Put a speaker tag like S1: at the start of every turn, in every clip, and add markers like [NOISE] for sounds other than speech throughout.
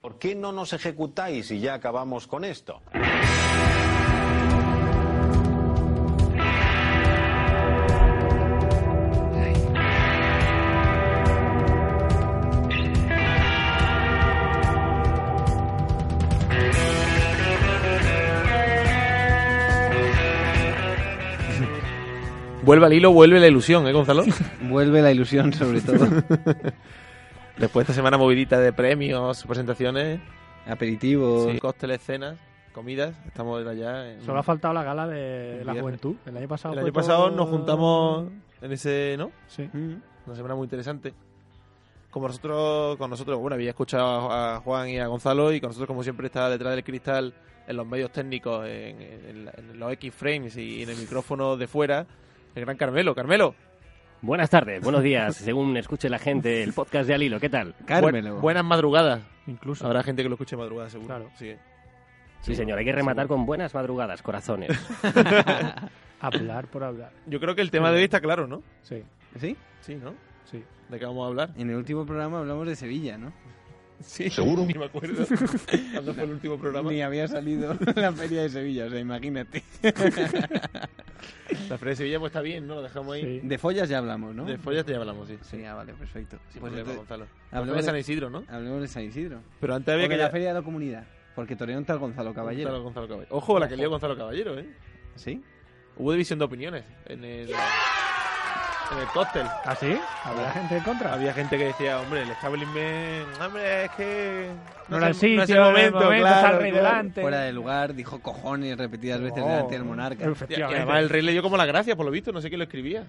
S1: ¿Por qué no nos ejecutáis y ya acabamos con esto?
S2: Vuelve al hilo, vuelve la ilusión, ¿eh,
S3: [LAUGHS]
S2: Gonzalo?
S4: Vuelve la ilusión, sobre todo.
S2: Después de esta semana movidita de premios, presentaciones,
S4: Aperitivo.
S2: sí, cócteles, cenas, comidas, estamos allá. En...
S3: Solo ha faltado la gala de la
S2: Viernes.
S3: juventud. El año pasado.
S2: El
S3: fue
S2: año pasado
S3: todo-
S2: nos juntamos en ese, ¿no?
S3: Sí.
S2: Una semana muy interesante. Como nosotros, con nosotros, bueno, había escuchado a a Juan y a Gonzalo y con nosotros, como siempre, está detrás del cristal en los medios técnicos, en, en la- en los X-Frames y en el micrófono de fuera, el gran Carmelo. Carmelo,
S5: Buenas tardes, buenos días, según escuche la gente, el podcast de Alilo, ¿qué tal?
S4: Cármelo.
S2: buen- buenas madrugadas.
S3: Incluso.
S2: Habrá gente que lo escuche de madrugada, seguro.
S3: Claro.
S2: Sí. eh.
S5: Sí, señor, hay que rematar con buenas madrugadas, corazones.
S3: Hablar por hablar.
S2: Yo creo que el tema de hoy está claro, ¿no?
S3: Sí,
S4: ¿Sí?
S2: Sí, ¿no?
S3: sí.
S2: ¿De qué vamos a hablar? [LAUGHS]
S4: En el último programa hablamos de Sevilla, ¿no?
S2: Sí, seguro. Ni me acuerdo. ¿Cuándo fue el último programa?
S4: Ni había [LAUGHS] salido la feria de Sevilla, o sea, imagínate.
S2: La Feria de Sevilla pues está bien, ¿no? Lo dejamos ahí.
S3: sí.
S4: De follas ya hablamos, ¿no?
S2: De follas ya hablamos, sí.
S4: Sí, ah, vale, perfecto.
S2: Sin
S4: Pues
S2: problema,
S4: entonces,
S2: Gonzalo. Hablamos
S4: hablamos
S2: de San
S4: de-
S2: Isidro, ¿no?
S4: hablemos de San Isidro.
S2: Pero antes había
S4: Porque
S2: que...
S4: la
S2: ya-
S4: feria de la comunidad. Porque Torreón está el Gonzalo Caballero.
S2: Gonzalo, Gonzalo Caballero. Ojo a la que lió Gonzalo Caballero, ¿eh?
S4: ¿Sí?
S2: Hubo división de opiniones en el... En el cóctel.
S3: ¿Ah, sí? ¿Habrá gente en contra?
S2: Había gente que decía, hombre, el establishment... Hombre, es que...
S3: No era el
S2: es no es
S3: sitio, no era
S4: eh.
S3: el momento, está el rey delante.
S4: Fuera de lugar, dijo cojones repetidas veces
S3: Oh,
S4: delante del monarca.
S2: Y y
S3: Efectivamente.
S2: además el rey le dio como la gracia, por lo visto. No sé quién lo escribía.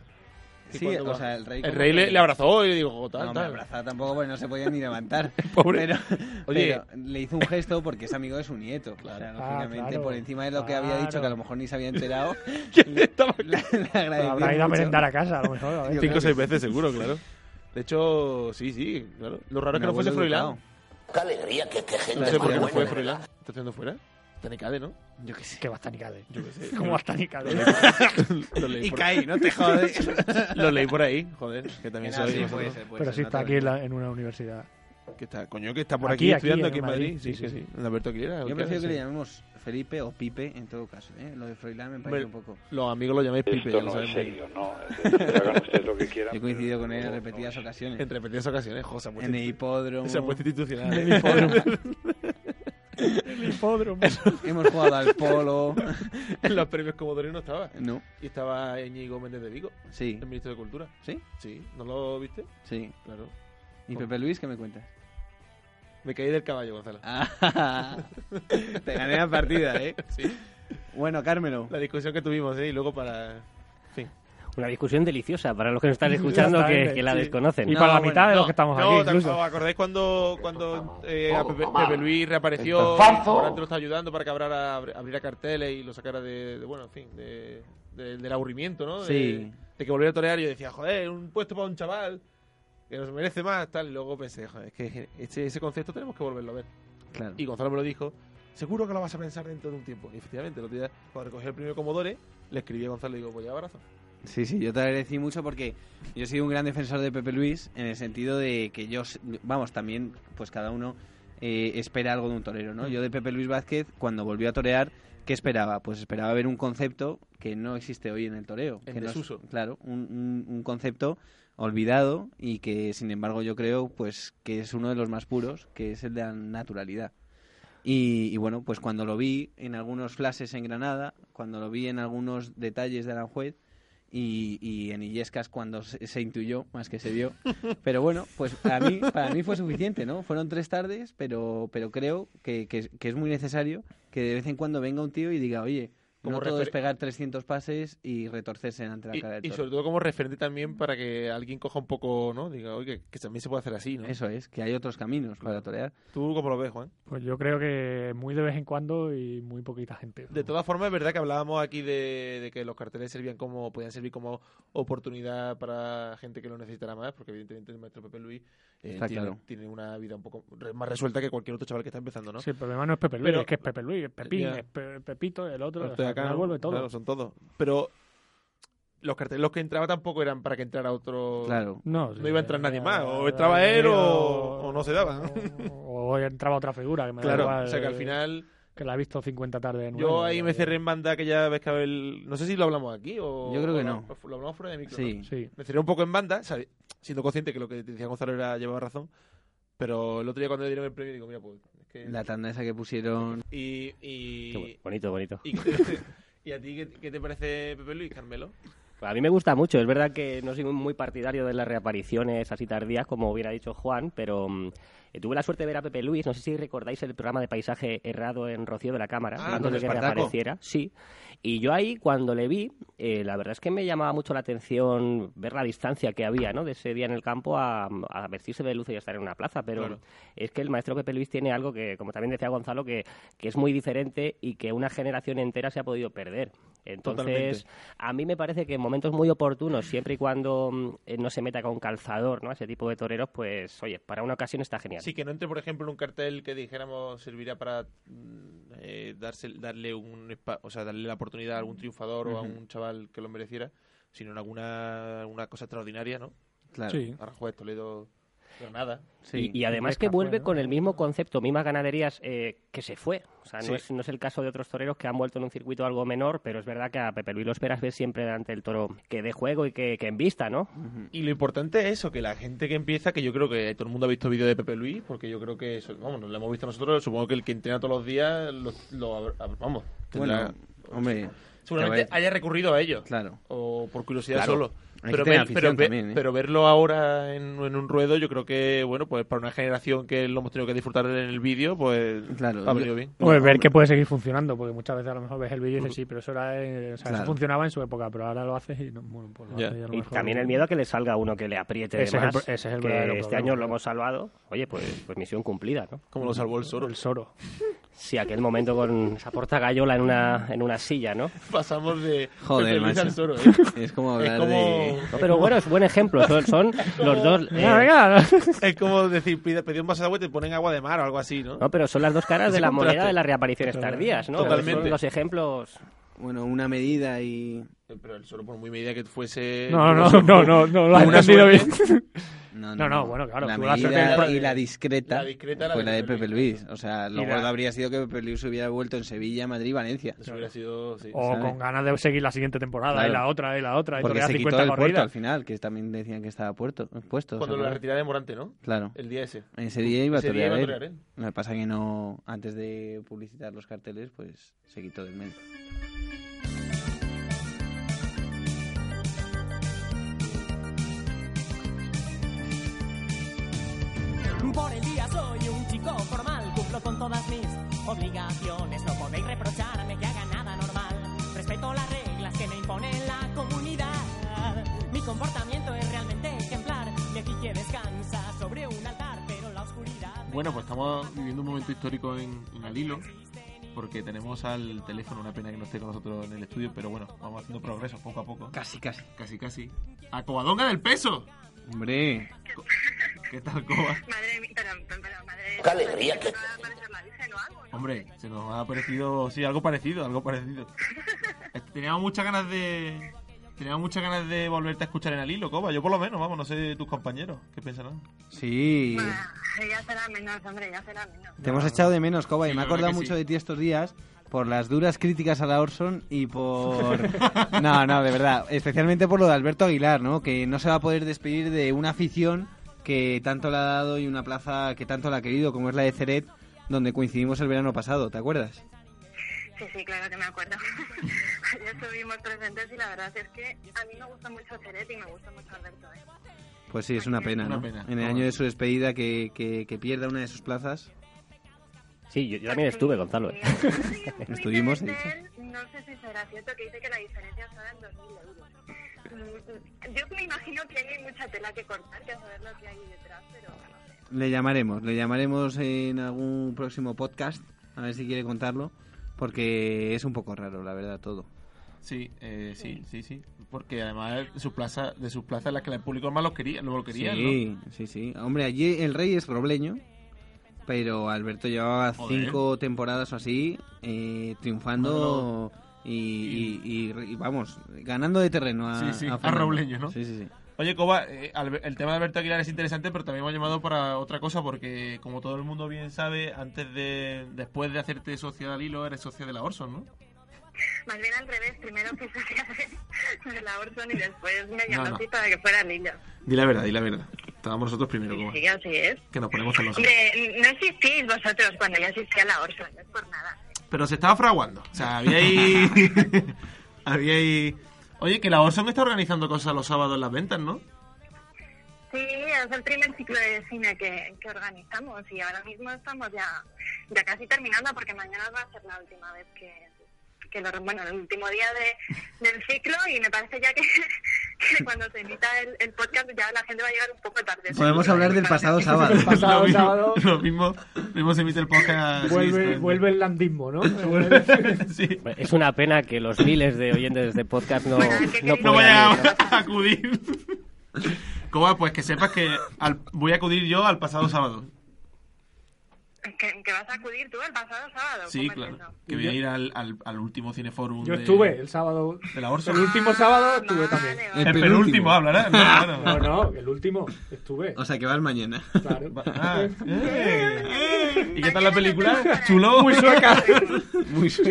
S2: Y
S4: Sí,
S2: cuando
S4: o
S2: va-
S4: sea, el rey.
S2: El
S4: como
S2: rey le,
S4: que-
S2: le abrazó y le dijo,
S4: No,
S2: tal,
S4: hombre,
S2: tal.
S4: abrazado tampoco, porque no se podía ni levantar.
S2: [LAUGHS] Pobre.
S4: Pero,
S2: Oye.
S4: pero le hizo un gesto porque es amigo de su nieto. Claro,
S3: Ah,
S4: lógicamente,
S3: claro,
S4: por encima de lo que había
S3: claro.
S4: dicho, que a lo mejor ni se
S2: [LAUGHS]
S4: había enterado.
S2: ¿Quién estaba [LAUGHS]
S4: le, le agradeció
S3: Habrá ido a
S4: mucho.
S3: merendar a casa, a lo mejor. a ver.
S2: Cinco
S4: Yo creo
S2: o
S4: que
S2: seis
S4: sí.
S2: veces seguro, claro. De hecho, sí, sí, claro. Lo raro es que
S4: Mi
S2: no fuese
S4: abuelo
S2: Froilán.
S6: Qué alegría que este gente
S2: No sé por qué
S6: más
S2: no fue
S6: buena.
S2: Froilán. ¿Está haciendo fuera? Está en Cade, ¿no?
S4: educado. Yo qué sé.
S3: Que va a estar Nicade.
S2: Yo qué sé.
S3: ¿Cómo va a estar Nicade?
S2: Lo leí,
S4: [LAUGHS] Y
S2: por,
S4: caí, no te jodes.
S2: [LAUGHS] lo leí por ahí, joder, que también
S4: Nada,
S2: soy
S4: sí,
S2: vosotros.
S4: puede ser, puede
S3: Pero
S4: ser,
S3: sí
S4: no
S3: está
S4: te
S3: aquí en,
S4: preocupes.
S3: la- en una universidad.
S2: Que está, coño, que está por aquí,
S3: Aquí, aquí,
S2: estudiando
S3: en
S2: aquí en Madrid.
S3: Madrid.
S2: Sí,
S3: Sí,
S2: que
S3: sí.
S2: sí. En Alberto Aguilera.
S4: Yo
S2: Alcalá,
S4: prefiero que
S2: sí.
S4: le llamemos Felipe o Pipe en todo caso. ¿eh? Lo de Froilán me parece
S2: Hombre,
S4: un poco.
S2: Los amigos lo llamáis Pipe, ya
S7: Esto
S2: lo
S7: no es
S2: sabemos.
S7: serio, ¿no? Hagan ustedes
S4: [LAUGHS]
S7: lo que quieran.
S4: Yo coincido con él
S7: pero no,
S4: en repetidas ocasiones.
S2: En repetidas ocasiones, José,
S4: En el hipódromo.
S2: se ha puesto institucional.
S4: [LAUGHS]
S3: El hipódromo.
S4: Hemos jugado al polo.
S2: en [LAUGHS] los premios Comodoro no estaba.
S4: No.
S2: Y estaba Íñigo Méndez de Vigo,
S4: Sí.
S2: el ministro de Cultura.
S4: ¿Sí?
S2: Sí, ¿no lo viste?
S4: Sí.
S2: Claro.
S4: ¿Y Pepe Luis qué me [LAUGHS] cuentas?
S2: Me caí del caballo, Gonzalo.
S4: Ah, Te gané la partida, [LAUGHS] ¿eh?
S2: Sí.
S4: Bueno, Carmelo.
S2: La discusión que tuvimos, ¿eh? Y luego para... en fin.
S5: Una discusión deliciosa para los que nos
S3: [LAUGHS]
S5: están escuchando que, que la
S2: Sí.
S5: desconocen.
S3: Y
S4: No,
S3: para la
S4: bueno,
S3: mitad de
S2: No,
S3: los que estamos
S2: no,
S3: aquí,
S2: ¿te ac-
S3: incluso.
S2: ¿Os acordáis cuando, cuando eh, a Pepe,
S6: mamá.
S2: Pepe Luis reapareció?
S6: Esto es falso.
S2: Morante lo está ayudando para que abra- abri- abriera carteles y lo sacara de, de, bueno, en fin, de, de- del aburrimiento, ¿no? De,
S4: Sí.
S2: de que volviera a torear y yo decía, joder, un puesto para un chaval que nos merece más, tal. Y luego pensé, joder, es que ese, ese concepto tenemos que volverlo a ver.
S4: Claro.
S2: Y Gonzalo me lo dijo, seguro que lo vas a pensar dentro de un tiempo. Y efectivamente, el otro día, cuando recogió el primer Comodore, le escribí a Gonzalo y digo, pues ya abrazo.
S4: Sí, sí, yo te agradecí mucho porque yo soy un gran defensor de Pepe Luis en el sentido de que yo, s- vamos, también, pues cada uno eh, espera algo de un torero, ¿no? Yo de Pepe Luis Vázquez, cuando volvió a torear, ¿qué esperaba? Pues esperaba ver un concepto que no existe hoy en el toreo.
S2: En
S4: que no es-
S2: desuso.
S4: claro, un, un- un concepto olvidado y que, sin embargo, yo creo pues que es uno de los más puros, que es el de la naturalidad. Y, y bueno, pues cuando lo vi en algunos flashes en Granada, cuando lo vi en algunos detalles de Aranjuez y, y en Illescas cuando se, se intuyó, más que se vio. Pero bueno, pues para mí, para mí fue suficiente, ¿no? Fueron tres tardes, pero, pero creo que, que- que es muy necesario que de vez en cuando venga un tío y diga, oye, no
S2: Como
S4: todo es
S2: refer-
S4: pegar 300 pases y retorcerse ante la
S2: Y,
S4: cara del
S2: y
S4: toro.
S2: sobre todo como referente también para que alguien coja un poco, ¿no? Diga, oye, que también se puede hacer así, ¿no?
S4: Eso es, que hay otros caminos para torear.
S2: ¿Tú cómo lo ves, Juan?
S3: Pues yo creo que muy de vez en cuando y muy poquita gente.
S2: De todas formas, es verdad que hablábamos aquí de, de que los carteles servían como, podían servir como oportunidad para gente que lo necesitara más, porque evidentemente el maestro Pepe Luis eh,
S4: Está
S2: tiene,
S4: claro.
S2: tiene una vida un poco re- más resuelta que cualquier otro chaval que está empezando, ¿no?
S3: Sí, el problema no es Pepe Luis,
S2: Pero-
S3: es que es Pepe Luis, es Pepín,
S2: Ya.
S3: es Pe- Pepito, el otro,
S2: Pero
S3: o sea, al final vuelve todo.
S2: Claro, son todos. Pero los carteles los que entraba tampoco eran para que entrara otro.
S4: Claro.
S3: No,
S2: No
S3: sí,
S2: iba a entrar nadie
S3: eh,
S2: más, o
S3: eh,
S2: entraba
S3: eh,
S2: él o- o no se daban.
S3: O, o entraba otra figura, que me da
S2: Claro,
S3: igual,
S2: o sea que al
S3: eh,
S2: final
S3: Que la he visto 50 tardes. en
S2: yo
S3: una,
S2: ahí
S3: pero-
S2: me cerré en banda que ya ves que el... No sé si lo hablamos aquí o...
S4: Yo creo que
S2: o
S4: no.
S2: Lo, lo hablamos fuera de micro.
S4: Sí.
S2: ¿no?
S3: Sí,
S2: Me cerré un poco en banda, sabe- siendo consciente que lo que decía Gonzalo era llevaba razón, pero el otro día cuando le dieron el premio digo, mira, pues... es que-
S4: La tanda esa que pusieron.
S2: Y... y...
S5: Qué bu- bonito, bonito.
S2: y- [LAUGHS]
S4: [LAUGHS]
S2: ¿Y a ti qué, qué te parece Pepe Luis, Carmelo?
S5: A mí me gusta mucho. Es verdad que no soy muy partidario de las reapariciones así tardías, como hubiera dicho Juan, pero mm, eh, tuve la suerte de ver a Pepe Luis. No sé si recordáis el programa de Paisaje Errado en Rocío de la Cámara,
S2: Ah,
S5: antes
S2: con
S5: de que
S2: Espartaco.
S5: reapareciera. Sí. Y yo ahí, cuando le vi, eh, la verdad es que me llamaba mucho la atención ver la distancia que había ¿no? de ese día en el campo a, a vestirse de luces y a estar en una plaza. Pero
S2: Claro.
S5: es que el maestro Pepe Luis tiene algo que, como también decía Gonzalo, que, que es muy diferente y que una generación entera se ha podido perder. Entonces,
S2: Totalmente.
S5: a mí me parece que en momentos muy oportunos, siempre y cuando mm, eh, no se meta con calzador, ¿no? Ese tipo de toreros, pues, oye, para una ocasión está genial.
S2: Sí, que no entre, por ejemplo, en un cartel que dijéramos servirá para mm, eh, darse, darle un espa- o sea, darle la oportunidad a algún triunfador o a un chaval que lo mereciera, sino en alguna, alguna cosa extraordinaria, ¿no?
S4: Claro.
S3: sí.
S2: Arrojez, Toledo, Granada.
S4: sí.
S5: Y, y además
S3: Huesca
S5: que
S3: fue,
S5: vuelve
S3: ¿no?
S5: con el mismo concepto, mismas ganaderías eh, que se fue. O sea, no,
S2: Sí.
S5: es, no es el caso de otros toreros que han vuelto en un circuito algo menor, pero es verdad que a Pepe Luis lo esperas ver siempre delante del toro que de juego y que, que en vista, ¿no?
S2: Mm. Y lo importante es eso, que la gente que empieza, que yo creo que todo el mundo ha visto vídeo de Pepe Luis, porque yo creo que eso, vamos, lo hemos visto nosotros, supongo que el que entrena todos los días, lo, lo ab- ab- vamos, tendrá-
S4: Bueno, hombre.
S2: seguramente
S4: que va-
S2: haya recurrido a ello.
S4: Claro.
S2: O por curiosidad
S5: Claro.
S2: solo.
S4: Hay
S2: Pero,
S4: que tener
S2: ver-
S4: afición
S2: pero, ver-
S4: también, ¿eh?
S2: pero verlo ahora en, en un ruedo, yo creo que, bueno, pues para una generación que lo hemos tenido que disfrutar en el vídeo, pues
S4: Claro,
S2: ha
S4: yo-
S2: venido bien.
S3: Pues ver que puede seguir funcionando, porque muchas veces a lo mejor ves el vídeo y dices, sí, pero eso era, eh, o sea, eso
S4: Claro.
S3: funcionaba en su época, pero ahora lo haces y no, bueno, pues lo
S2: Ya.
S3: haces y a lo
S5: Y
S3: mejor-
S5: también el miedo a que le salga uno que le apriete de
S3: Ese es el
S5: más,
S3: pro- ese es el
S5: que
S3: verdadero
S5: este
S3: problema,
S5: año lo
S3: claro.
S5: hemos salvado. Oye, pues, pues misión cumplida, ¿no?
S2: Como lo salvó el Soro.
S3: El Soro.
S5: Sí, aquel momento con esa portagayola en una, en una silla, ¿no?
S2: Pasamos de
S4: Joder,
S2: Pepe Luis
S4: macho.
S2: al Soro. ¿eh?
S4: Es como
S2: Es
S4: hablar
S2: como-
S4: de.
S5: No, pero bueno, es buen ejemplo. Son, son los dos...
S3: Venga,
S5: eh,
S3: venga.
S2: Es como decir, pide, pedir un vaso de agua y te ponen agua de mar o algo así, ¿no?
S5: No, pero son las dos caras
S2: Ese
S5: de la
S2: contraste.
S5: moneda de las reapariciones tardías, ¿no?
S2: Totalmente.
S5: Son los ejemplos.
S4: Bueno, una medida y.
S2: Pero el Soro, por muy medida que fuese...
S3: [LAUGHS] No, no, no, no, no, lo has
S2: eh, Una
S3: entendido bien.
S2: suerte.
S4: No,
S3: No, no, bueno, claro,
S4: La
S3: tú vas a hacer
S4: medida
S2: el-
S4: y la discreta.
S2: La discreta, la
S4: fue
S2: de
S4: la de
S2: Pepe
S4: Pepe Luis. O sea, lo
S3: Y la-
S4: gordo habría sido que Pepe Luis hubiera vuelto en Sevilla, Madrid y Valencia.
S2: Eso hubiera sido... sí.
S3: O
S4: ¿sabes?
S3: con ganas de seguir la siguiente temporada,
S4: Claro.
S3: y la otra, y la otra, y
S4: Porque
S3: torear
S4: se quitó
S3: 50
S4: el puerto al
S3: corridas.
S4: final, que también decían que estaba puerto, puesto.
S2: Cuando
S4: ¿se
S2: la
S4: acuerdan?
S2: retirada de Morante, ¿no?
S4: Claro.
S2: El día ese.
S4: Ese día iba a
S2: Ese día
S4: torear
S2: iba a
S4: él.
S2: torear él.
S4: Lo que pasa que no, antes de publicitar los carteles, pues se quitó del medio.
S8: Por el día soy un chico formal, cumplo con todas mis obligaciones. No podéis reprocharme que haga nada normal. Respeto las reglas que me impone la comunidad. Mi comportamiento es realmente ejemplar. Mi que descansa sobre un altar, pero la oscuridad. me
S2: Bueno, pues estamos viviendo un momento histórico en, en Alilo, porque tenemos al teléfono, una pena que no esté con nosotros en el estudio, pero bueno, vamos haciendo progresos poco a poco.
S4: Casi, casi.
S2: Casi, casi. ¡A Covadonga del Peso!
S4: Hombre,
S2: ¿Qué tal, Coba?
S9: Madre mía, pero, pero madre
S6: Qué alegría que-
S9: Va a aparecer la Virgen o algo, ¿no?
S2: Hombre, se nos ha parecido, sí, algo parecido, algo parecido. Eh, Teníamos muchas ganas de... Teníamos muchas ganas de volverte a escuchar en Alilo, Coba. Yo por lo menos, vamos, no sé tus compañeros, ¿qué pensarán?
S4: sí.
S9: Bah, ya será menos, hombre, ya será menos.
S4: Te hemos echado de menos, Coba,
S2: Sí,
S4: y
S2: la
S4: me he
S2: verdad
S4: acordado
S2: que
S4: mucho
S2: sí.
S4: de ti estos días por las duras críticas a la Orson
S2: [LAUGHS]
S4: y por... No, no, de verdad. Especialmente por lo de Alberto Aguilar, ¿no? Que no se va a poder despedir de una afición que tanto le ha dado y una plaza que tanto la ha querido, como es la de Ceret, donde coincidimos el verano pasado, ¿te acuerdas?
S9: Sí, sí, claro que me acuerdo. [LAUGHS] Ayer estuvimos presentes y la verdad es que a mí me gusta mucho Ceret y me gusta mucho Alberto. ¿eh?
S4: Pues sí, es una pena,
S2: Una
S4: ¿no?
S2: pena.
S4: En el año de su despedida que, que- que pierda una de sus plazas.
S5: [LAUGHS] Sí, yo, yo también estuve, Gonzalo. ¿eh?
S9: Sí, fui
S4: Estuvimos,
S9: de
S4: he dicho.
S9: él, no sé si será cierto que dice que la diferencia son en 2.000 euros. Mm, Yo me imagino que hay mucha tela que cortar, que a saber lo que hay detrás, pero no sé.
S4: Le llamaremos, le llamaremos en algún próximo podcast, a ver si quiere contarlo, porque es un poco raro, la verdad, todo.
S2: Sí, eh, sí, sí, sí. Porque además su plaza, de sus plazas las que el público más lo quería, lo quería, ¿no?
S4: Sí, sí, sí. Hombre, allí el rey es robleño, pero Alberto llevaba
S2: Joder.
S4: cinco temporadas o así eh, triunfando y, y- y- y, vamos, ganando de terreno a,
S2: Sí, sí, a
S4: Fernando.
S2: Robleño, ¿no?
S4: Sí, sí, sí.
S2: Oye, Coba, eh, Albe- el tema de Alberto Aguilar es interesante, pero también me ha llamado para otra cosa, porque como todo el mundo bien sabe, antes de, después de hacerte socio de Alilo, eres socio de la Orson, ¿no?
S9: Más bien al revés, primero fui socia de, de la Orson y después me
S2: No,
S9: llamó
S2: no.
S9: así para que fuera linda.
S2: Di la verdad, di la verdad. Estábamos nosotros primero, Coba.
S9: Sí, así es.
S2: Que nos ponemos celosos.
S9: Hombre, no existís vosotros cuando yo asistí a la Orson, no es por nada.
S2: Pero se estaba fraguando. O sea, había [LAUGHS] ahí... había ahí... Oye, que la Orson está organizando cosas los sábados en las ventas, ¿no?
S9: Sí, es el primer ciclo de cine que, que organizamos y ahora mismo estamos ya, ya casi terminando porque mañana va a ser la última vez que, que lo, bueno, el último día de, del ciclo y me parece ya que, [LAUGHS] que cuando se emita el, el podcast ya la gente va a llegar un poco tarde.
S4: Podemos hablar del pasado
S3: [LAUGHS]
S4: sábado.
S3: Pasado
S2: lo mismo,
S3: sábado.
S2: Lo mismo, lo mismo se emite el podcast.
S3: vuelve,
S2: sí,
S3: vuelve el landismo, [LAUGHS] ¿no?
S2: [LAUGHS] sí.
S5: Es una pena que los miles de oyentes de este podcast no,
S9: Bueno, ¿qué
S5: no
S9: queréis?
S2: No voy
S5: puedan
S2: a [LAUGHS]
S5: ir, ¿no?
S2: a acudir. Coba, pues que sepas que al- voy a acudir yo al pasado sábado.
S9: [LAUGHS] Que, que vas a acudir tú el pasado sábado.
S2: Sí,
S9: ¿cómo es
S2: claro.
S9: eso?
S2: Que voy a ir al, al, al último cineforum.
S3: Yo
S2: de-
S3: estuve el sábado.
S2: De la Orso.
S3: El último sábado estuve
S9: Ah, Vale,
S3: también.
S9: vale.
S2: El penúltimo, hablará. No, claro.
S3: [LAUGHS] No,
S2: [LAUGHS]
S3: no, el último estuve.
S4: O sea, que vas [LAUGHS] mañana.
S3: Claro.
S2: Ah, eh, eh. ¿Y qué tal la película? ¿Chulo?
S3: Muy sueca.
S2: [LAUGHS]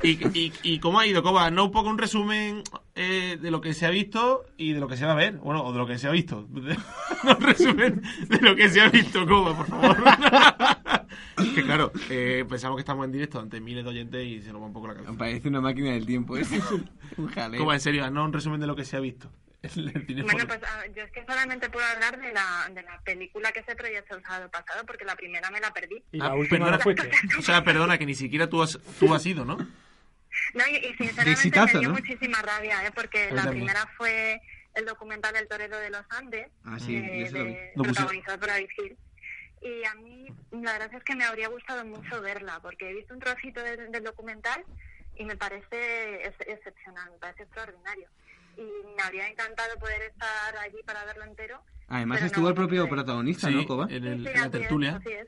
S2: ¿Y, y, y cómo ha ido, Coba? No un poco un resumen eh, de lo que se ha visto y de lo que se va a ver. Bueno, o de lo que se ha visto. [LAUGHS] No, un resumen de lo que se ha visto, Coba, por
S4: [LAUGHS]
S2: favor. que claro, eh, pensamos que estamos en directo ante miles de oyentes y se nos va un poco la cabeza.
S4: [LAUGHS] Parece una máquina del
S2: [LAUGHS]
S4: tiempo, es un jaleo.
S2: Coba, en serio, no un resumen de lo que se ha visto. [LAUGHS] El- el cine
S9: Bueno,
S2: por-
S9: pues ah, yo es que solamente puedo hablar de la, de la película que se proyectó el sábado pasado porque la primera me la perdí.
S3: Y la
S2: Ah,
S3: última
S2: perdona.
S3: no fuiste.
S2: O sea, perdona, que ni siquiera tú has, tú has ido, ¿no?
S9: No, y, y sinceramente
S4: Exitazo,
S9: me dio
S4: ¿no?
S9: muchísima rabia, ¿eh? porque
S2: Yo
S9: la
S2: también.
S9: primera fue el documental El Torero de los Andes,
S4: Ah, sí,
S9: eh,
S4: yo se lo vi.
S9: de-
S2: Lo puse-
S9: protagonizado por David Gil. Y a mí la verdad es que me habría gustado mucho verla, porque he visto un trocito del, del documental y me parece ex- excepcional, me parece extraordinario. Y me habría encantado poder estar allí para verlo entero.
S4: Además
S9: pero
S4: estuvo
S9: no,
S4: el propio
S9: eh,
S4: protagonista, ¿no, Coba?
S2: en,
S9: Sí,
S2: el- en
S9: sí, así
S2: la
S9: es,
S2: tertulia.
S9: así es.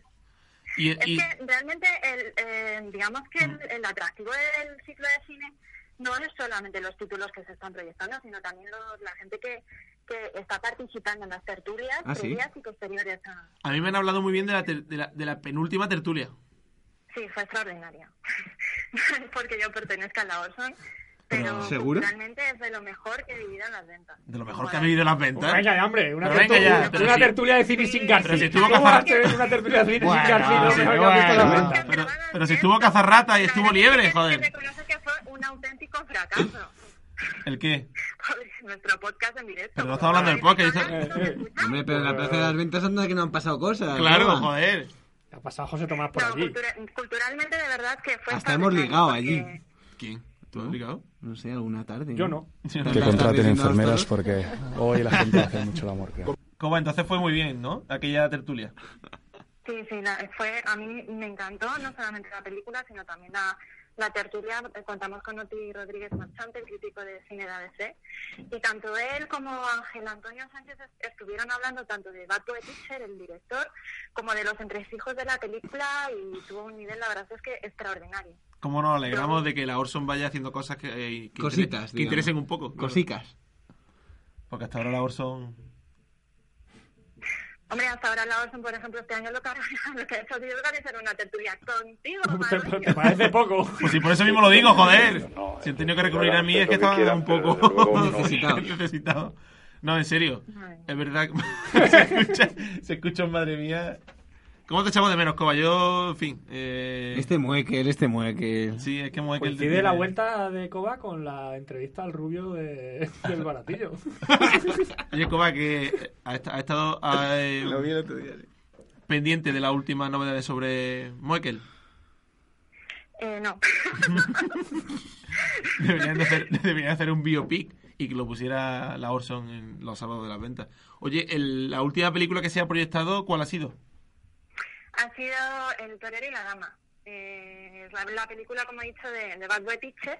S2: Y,
S9: Es
S2: y-
S9: que realmente, el, eh, digamos que el, el atractivo del ciclo de cine no es solamente los títulos que se están proyectando, sino también los- la gente que, que está participando en las tertulias
S4: Ah, ¿sí?
S9: previas y ah, posteriores. a-
S2: a mí me han hablado muy bien de la, ter- de la, de la penúltima tertulia.
S9: Sí, fue extraordinario. [LAUGHS] No es porque yo pertenezca a la Orson, pero
S4: ¿seguro?
S9: realmente es de lo mejor que he vivido en las ventas.
S2: De lo mejor que ha
S9: Joder.
S2: vivido las ventas.
S3: Pues Venga ya, hombre, una,
S2: Pero venga
S3: tertulia,
S2: ya, pero
S3: una
S2: sí.
S3: tertulia de cine sin García.
S2: Pero si estuvo
S3: ¿Cómo
S2: Cazar-
S3: vas a tener una tertulia de cine
S2: Bueno,
S3: sin García? Lo mejor que has visto en la
S2: Ah, bueno.
S3: venta.
S2: Pero-
S9: Grabadas
S2: pero si
S9: en
S2: estuvo
S9: ventas,
S2: Cazarrata y
S9: la
S2: estuvo
S9: verdad es que
S2: Liebre,
S9: se- se
S2: joder.
S9: reconoce que fue un auténtico fracaso.
S2: ¿El qué?
S9: [LAUGHS] Nuestro podcast en directo.
S2: Pero no estaba hablando del podcast, yo
S9: Ahora
S3: estaba-
S9: no me
S4: [LAUGHS]
S9: escuchas.
S4: Hombre, pero en la plaza de las ventas anda que no han pasado cosas.
S2: Claro,
S4: Coba.
S2: joder.
S3: Ha pasado José Tomás por
S9: No,
S3: allí.
S9: cultura- culturalmente de verdad que fue...
S4: Hasta hemos ligado allí.
S9: extraordinario,
S2: ¿Quién? ¿Tú has ligado?
S4: No sé, alguna tarde.
S3: Yo no.
S10: Que contraten
S4: Tarde,
S10: enfermeras
S4: ¿no?
S10: porque hoy la gente hace mucho el amor, creo.
S2: Coba, entonces fue muy bien, ¿no? Aquella tertulia.
S9: porque- Sí, sí, la- fue, a mí me encantó no solamente la película, sino también la, la tertulia. Eh, Contamos con Oti Rodríguez Marchante, crítico de cine de ABC, y tanto él como Ángel Antonio Sánchez es- estuvieron hablando tanto de Bad Boy Teacher, el director, como de los entresijos de la película y tuvo un nivel, la verdad es que extraordinario.
S2: ¿Cómo nos alegramos de que la Orson vaya haciendo cosas que, eh, que,
S4: Cositas,
S2: que
S4: digamos.
S2: interesen un poco?
S4: Cosicas.
S2: Porque hasta ahora la Orson...
S9: Hombre, hasta ahora la Orson, por ejemplo, este año lo que, lo que ha [LAUGHS] hecho es organizar una tertulia contigo,
S3: ¿Te,
S9: Manolio.
S3: [LAUGHS] te parece poco?
S2: Pues sí, por eso mismo lo digo, joder.
S7: No,
S2: si han
S7: eh,
S2: tenido que
S7: no
S2: recurrir a
S7: hagan
S2: mí
S7: ustedes
S2: es que
S7: lo que
S2: estaban
S7: quieran,
S2: un
S7: pero
S2: poco
S7: desde luego no.
S2: necesitados. [LAUGHS] necesitados. No, en serio. Es verdad que [LAUGHS] se escucha, se escucha un madre mía. ¿Cómo te echamos de menos, Coba? Yo, en fin. Eh,
S4: Este mueque, este mueque.
S2: Sí, es que [LAUGHS] mueve que el-
S3: Coincide la vuelta Pues de Coba con la entrevista al rubio de- [LAUGHS] del baratillo. Pues
S2: Oye, Coba, que ha, est- ha estado eh, pendiente de la última novedad sobre Moekel.
S9: Eh, no.
S2: [LAUGHS] Deberían de hacer, [LAUGHS] deberían hacer un biopic y que lo pusiera la Orson en los sábados de las ventas. Oye, el- la última película que se ha proyectado, ¿cuál ha sido?
S9: ha sido El torero y la dama. Eh, es la, la película, como he dicho, de, de Bad Boy Teacher.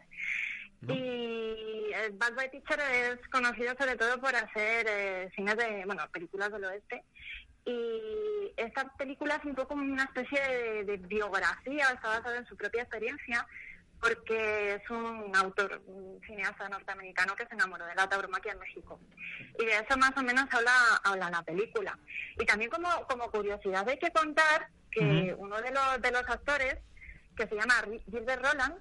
S9: Y eh, Bad Boy Teacher es conocido sobre todo por hacer eh, cines de, bueno, películas del oeste. Y esta película es un poco una especie de, de biografía, está basada en su propia experiencia, porque es un autor, un cineasta norteamericano que se enamoró de la tauromaquia en México. Y de eso más o menos habla, habla la película. Y también como, como curiosidad hay que contar que
S11: Ujú.
S9: uno de los, de los actores, que se llama Ri- Gilbert Roland,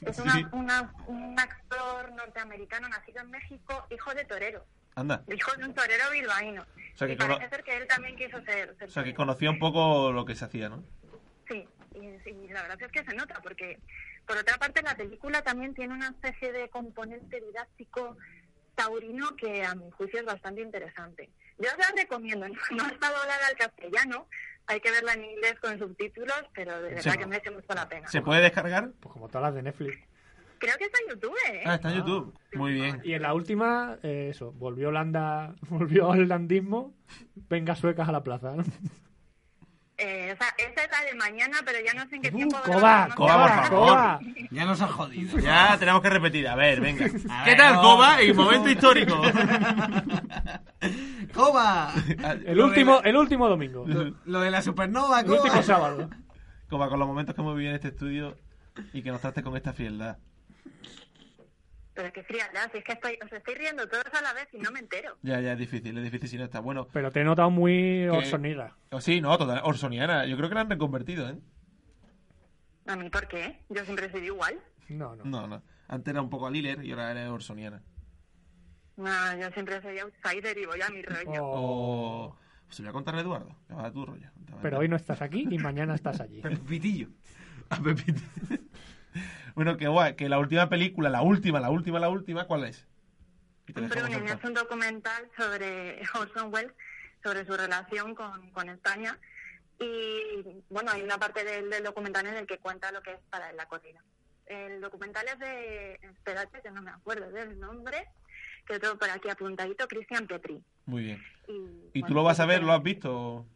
S9: es una-
S2: Sí.
S9: una- un actor norteamericano nacido en México, hijo de torero,
S2: Anda.
S9: hijo de un torero bilbaíno.
S2: O sea, que
S9: y parece
S2: cono-
S9: ser que él también quiso ser, ser
S2: O sea, que
S9: torero.
S2: conocía un poco lo que se hacía, ¿no?
S9: Sí, y, y la verdad es que se nota, porque por otra parte la película también tiene una especie de componente didáctico taurino que a mi juicio es bastante interesante. Yo os la recomiendo, [LAUGHS] no, no está doblada al castellano, hay que verla en inglés con subtítulos, pero de
S2: Sí.
S9: verdad que merece mucho la pena.
S2: ¿Se puede descargar? Pues como
S3: Todas las de Netflix.
S9: Creo que está en YouTube, ¿eh?
S2: Ah, está en YouTube. Muy bien.
S3: Y en la última, eh, eso, volvió Holanda, [LAUGHS] volvió holandismo, venga suecas a la plaza. ¿no?
S9: Eh, o sea, esa es la de mañana, pero ya no sé en qué tiempo...
S3: coba,
S9: grabamos, no sé.
S2: Uh, Coba, por
S3: Coba.
S2: favor.
S4: Ya nos han jodido.
S2: Ya tenemos que repetir. A ver,
S4: [LAUGHS]
S2: venga.
S4: A
S2: ¿Qué
S4: ver,
S2: tal,
S4: no.
S2: Coba? Y momento
S4: [LAUGHS]
S2: histórico. [LAUGHS]
S4: ¡Coba!
S2: Ah,
S3: El último, el último domingo.
S4: Lo de la supernova,
S3: El último sábado.
S2: Coba, con los momentos que hemos vivido en este estudio y que nos trates con esta frialdad.
S9: Pero qué frialdad, si es que estoy, os estoy riendo todos a la vez y no me entero.
S2: Ya, ya, es difícil, es difícil si no está. Bueno,
S3: Pero te he notado muy
S2: que-
S3: orsonera.
S2: Oh, Sí, no, total, Orsoniana. Yo creo que la han reconvertido, ¿eh?
S9: ¿A mí por qué? Yo siempre soy igual.
S3: No, no.
S2: No, no. Antes era un poco a Liller y ahora era Orsoniana.
S9: No, yo siempre soy outsider y voy a mi rollo.
S2: Oh, O... pues Se lo voy a contar a Eduardo. Que va a tu rollo.
S3: Pero hoy no estás aquí y mañana estás allí.
S2: Pepitillo. A Pepito. bueno, que guay. Que la última película, la última, la última, la última, ¿cuál es? Y te
S9: Un
S2: dejamos
S9: Pruning
S2: en paz.
S9: es un documental sobre [LAUGHS] Orson Welles, sobre su relación con, con España. Y bueno, hay una parte del, del documental en el que cuenta lo que es para él la cocina. El documental es de, espérate que no me acuerdo del nombre, que tengo por aquí apuntadito, Cristian Petri.
S2: Muy bien.
S9: Y,
S2: ¿Y tú
S9: Mm, bueno,
S2: lo vas a ver?
S9: es-
S2: ¿Lo has visto?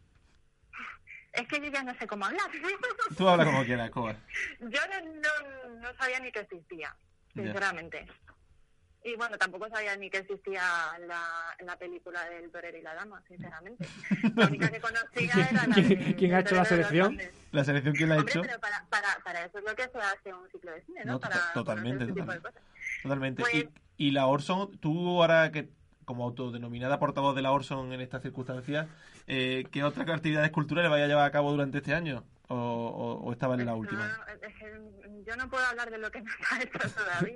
S9: Es que yo ya no sé cómo hablar. [LAUGHS]
S2: Tú habla como quieras, Cobar.
S9: Yo no, no, no sabía ni que existía,
S2: Ya.
S9: sinceramente. Y bueno, tampoco sabía ni que existía la, la película del Torero y la Dama,
S2: [LAUGHS]
S9: sinceramente. La única que conocía era la de-
S3: ¿Quién- ¿Quién ha hecho la selección?
S2: ¿La selección quién la ha
S9: Hombre,
S2: hecho?
S9: pero para, para, para eso es lo que se hace un ciclo de cine, ¿no?
S2: No, to-
S9: para conocer
S2: totalmente,
S9: ese tipo de
S2: totalmente.
S9: cosas.
S2: Totalmente.
S9: Pues
S2: Y, y la Orson, tú ahora que como autodenominada portavoz de la Orson en estas circunstancias, eh, ¿qué otras actividades culturales vais a llevar a cabo durante este año? ¿O, o- o estaba en
S9: Pues
S2: la última?
S9: No, es que Yo no puedo hablar de lo que me ha hecho todavía.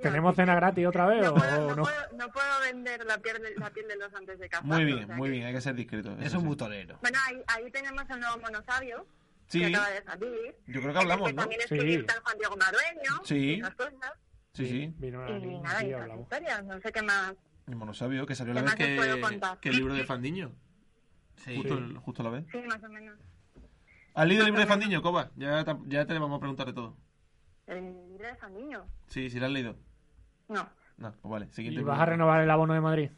S3: [LAUGHS] ¿Tenemos cena gratis otra vez o- o no?
S9: Puedo- no puedo vender la piel, de- la piel de los antes de casar.
S2: Muy bien, muy bien, hay que ser discreto. Es un
S4: butonero.
S9: Bueno, ahí, ahí tenemos el nuevo monosabio
S2: Sí.
S9: que acaba de salir.
S2: Yo creo que hablamos,
S9: Que
S2: ¿no?
S9: también escribiste al Juan Diego Madueño.
S2: Sí.
S9: y otras cosas.
S2: Sí, sí.
S9: Y nada, y otras historias. No sé qué más.
S2: El monosabio, que salió a la
S9: ¿Qué
S2: vez
S9: más os puedo
S2: que,
S9: contar?
S2: que el libro de Fandiño. Justo,
S9: Sí.
S2: el- justo a la vez.
S9: Sí, más o menos.
S2: ¿Has leído el libro de Fandiño, Coba? Ya, tam- ya te vamos a preguntar de todo.
S9: El libro de San Niño.
S2: Sí, sí, lo has leído.
S9: No,
S2: No, pues vale, siguiente.
S3: ¿Y vas a
S2: pregunta.
S3: renovar el abono de Madrid?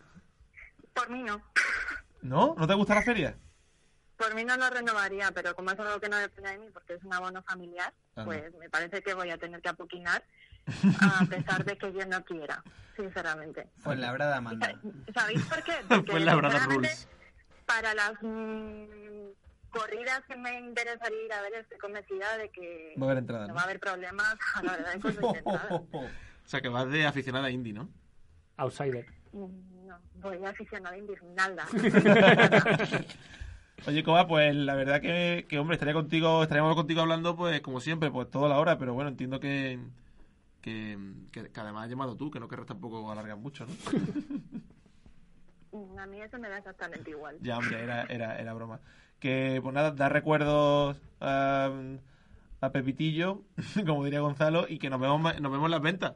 S9: por mí no.
S2: ¿No? ¿No te gusta la feria?
S9: Por mí no lo renovaría, pero como es algo que no depende de mí porque es un abono familiar,
S2: Anda.
S9: pues me parece que voy a tener que
S2: [LAUGHS]
S9: apoquinar a pesar de que yo no quiera, sinceramente.
S4: Pues la brada manda.
S9: ¿Sabéis por qué? Porque
S4: Fuenlabrada
S9: sinceramente,
S4: rules.
S9: Para las mm, corridas que me interesaría ir a ver, estoy convencida de que
S2: Va a haber entrada,
S9: no
S2: ¿no?
S9: va a haber problemas [LAUGHS] a la hora
S2: [LAUGHS]
S9: de conseguir entradas.
S2: O sea, que vas de aficionada indie, ¿no?
S3: Outsider.
S9: Mm, No, voy aficionada indignada.
S2: [LAUGHS] Oye, Coba, pues la verdad que, que, hombre, estaría contigo, estaríamos contigo hablando, pues como siempre, pues toda la hora, pero bueno, entiendo que, que, que, que además has llamado tú, que no querrás tampoco alargar mucho, ¿no?
S9: Mm, a mí eso me da exactamente igual.
S2: ya, hombre, era, era, era broma. Que, pues nada, dar recuerdos a, [LAUGHS] a Pepitillo, como diría Gonzalo, y que nos vemos, ma- nos vemos en las ventas,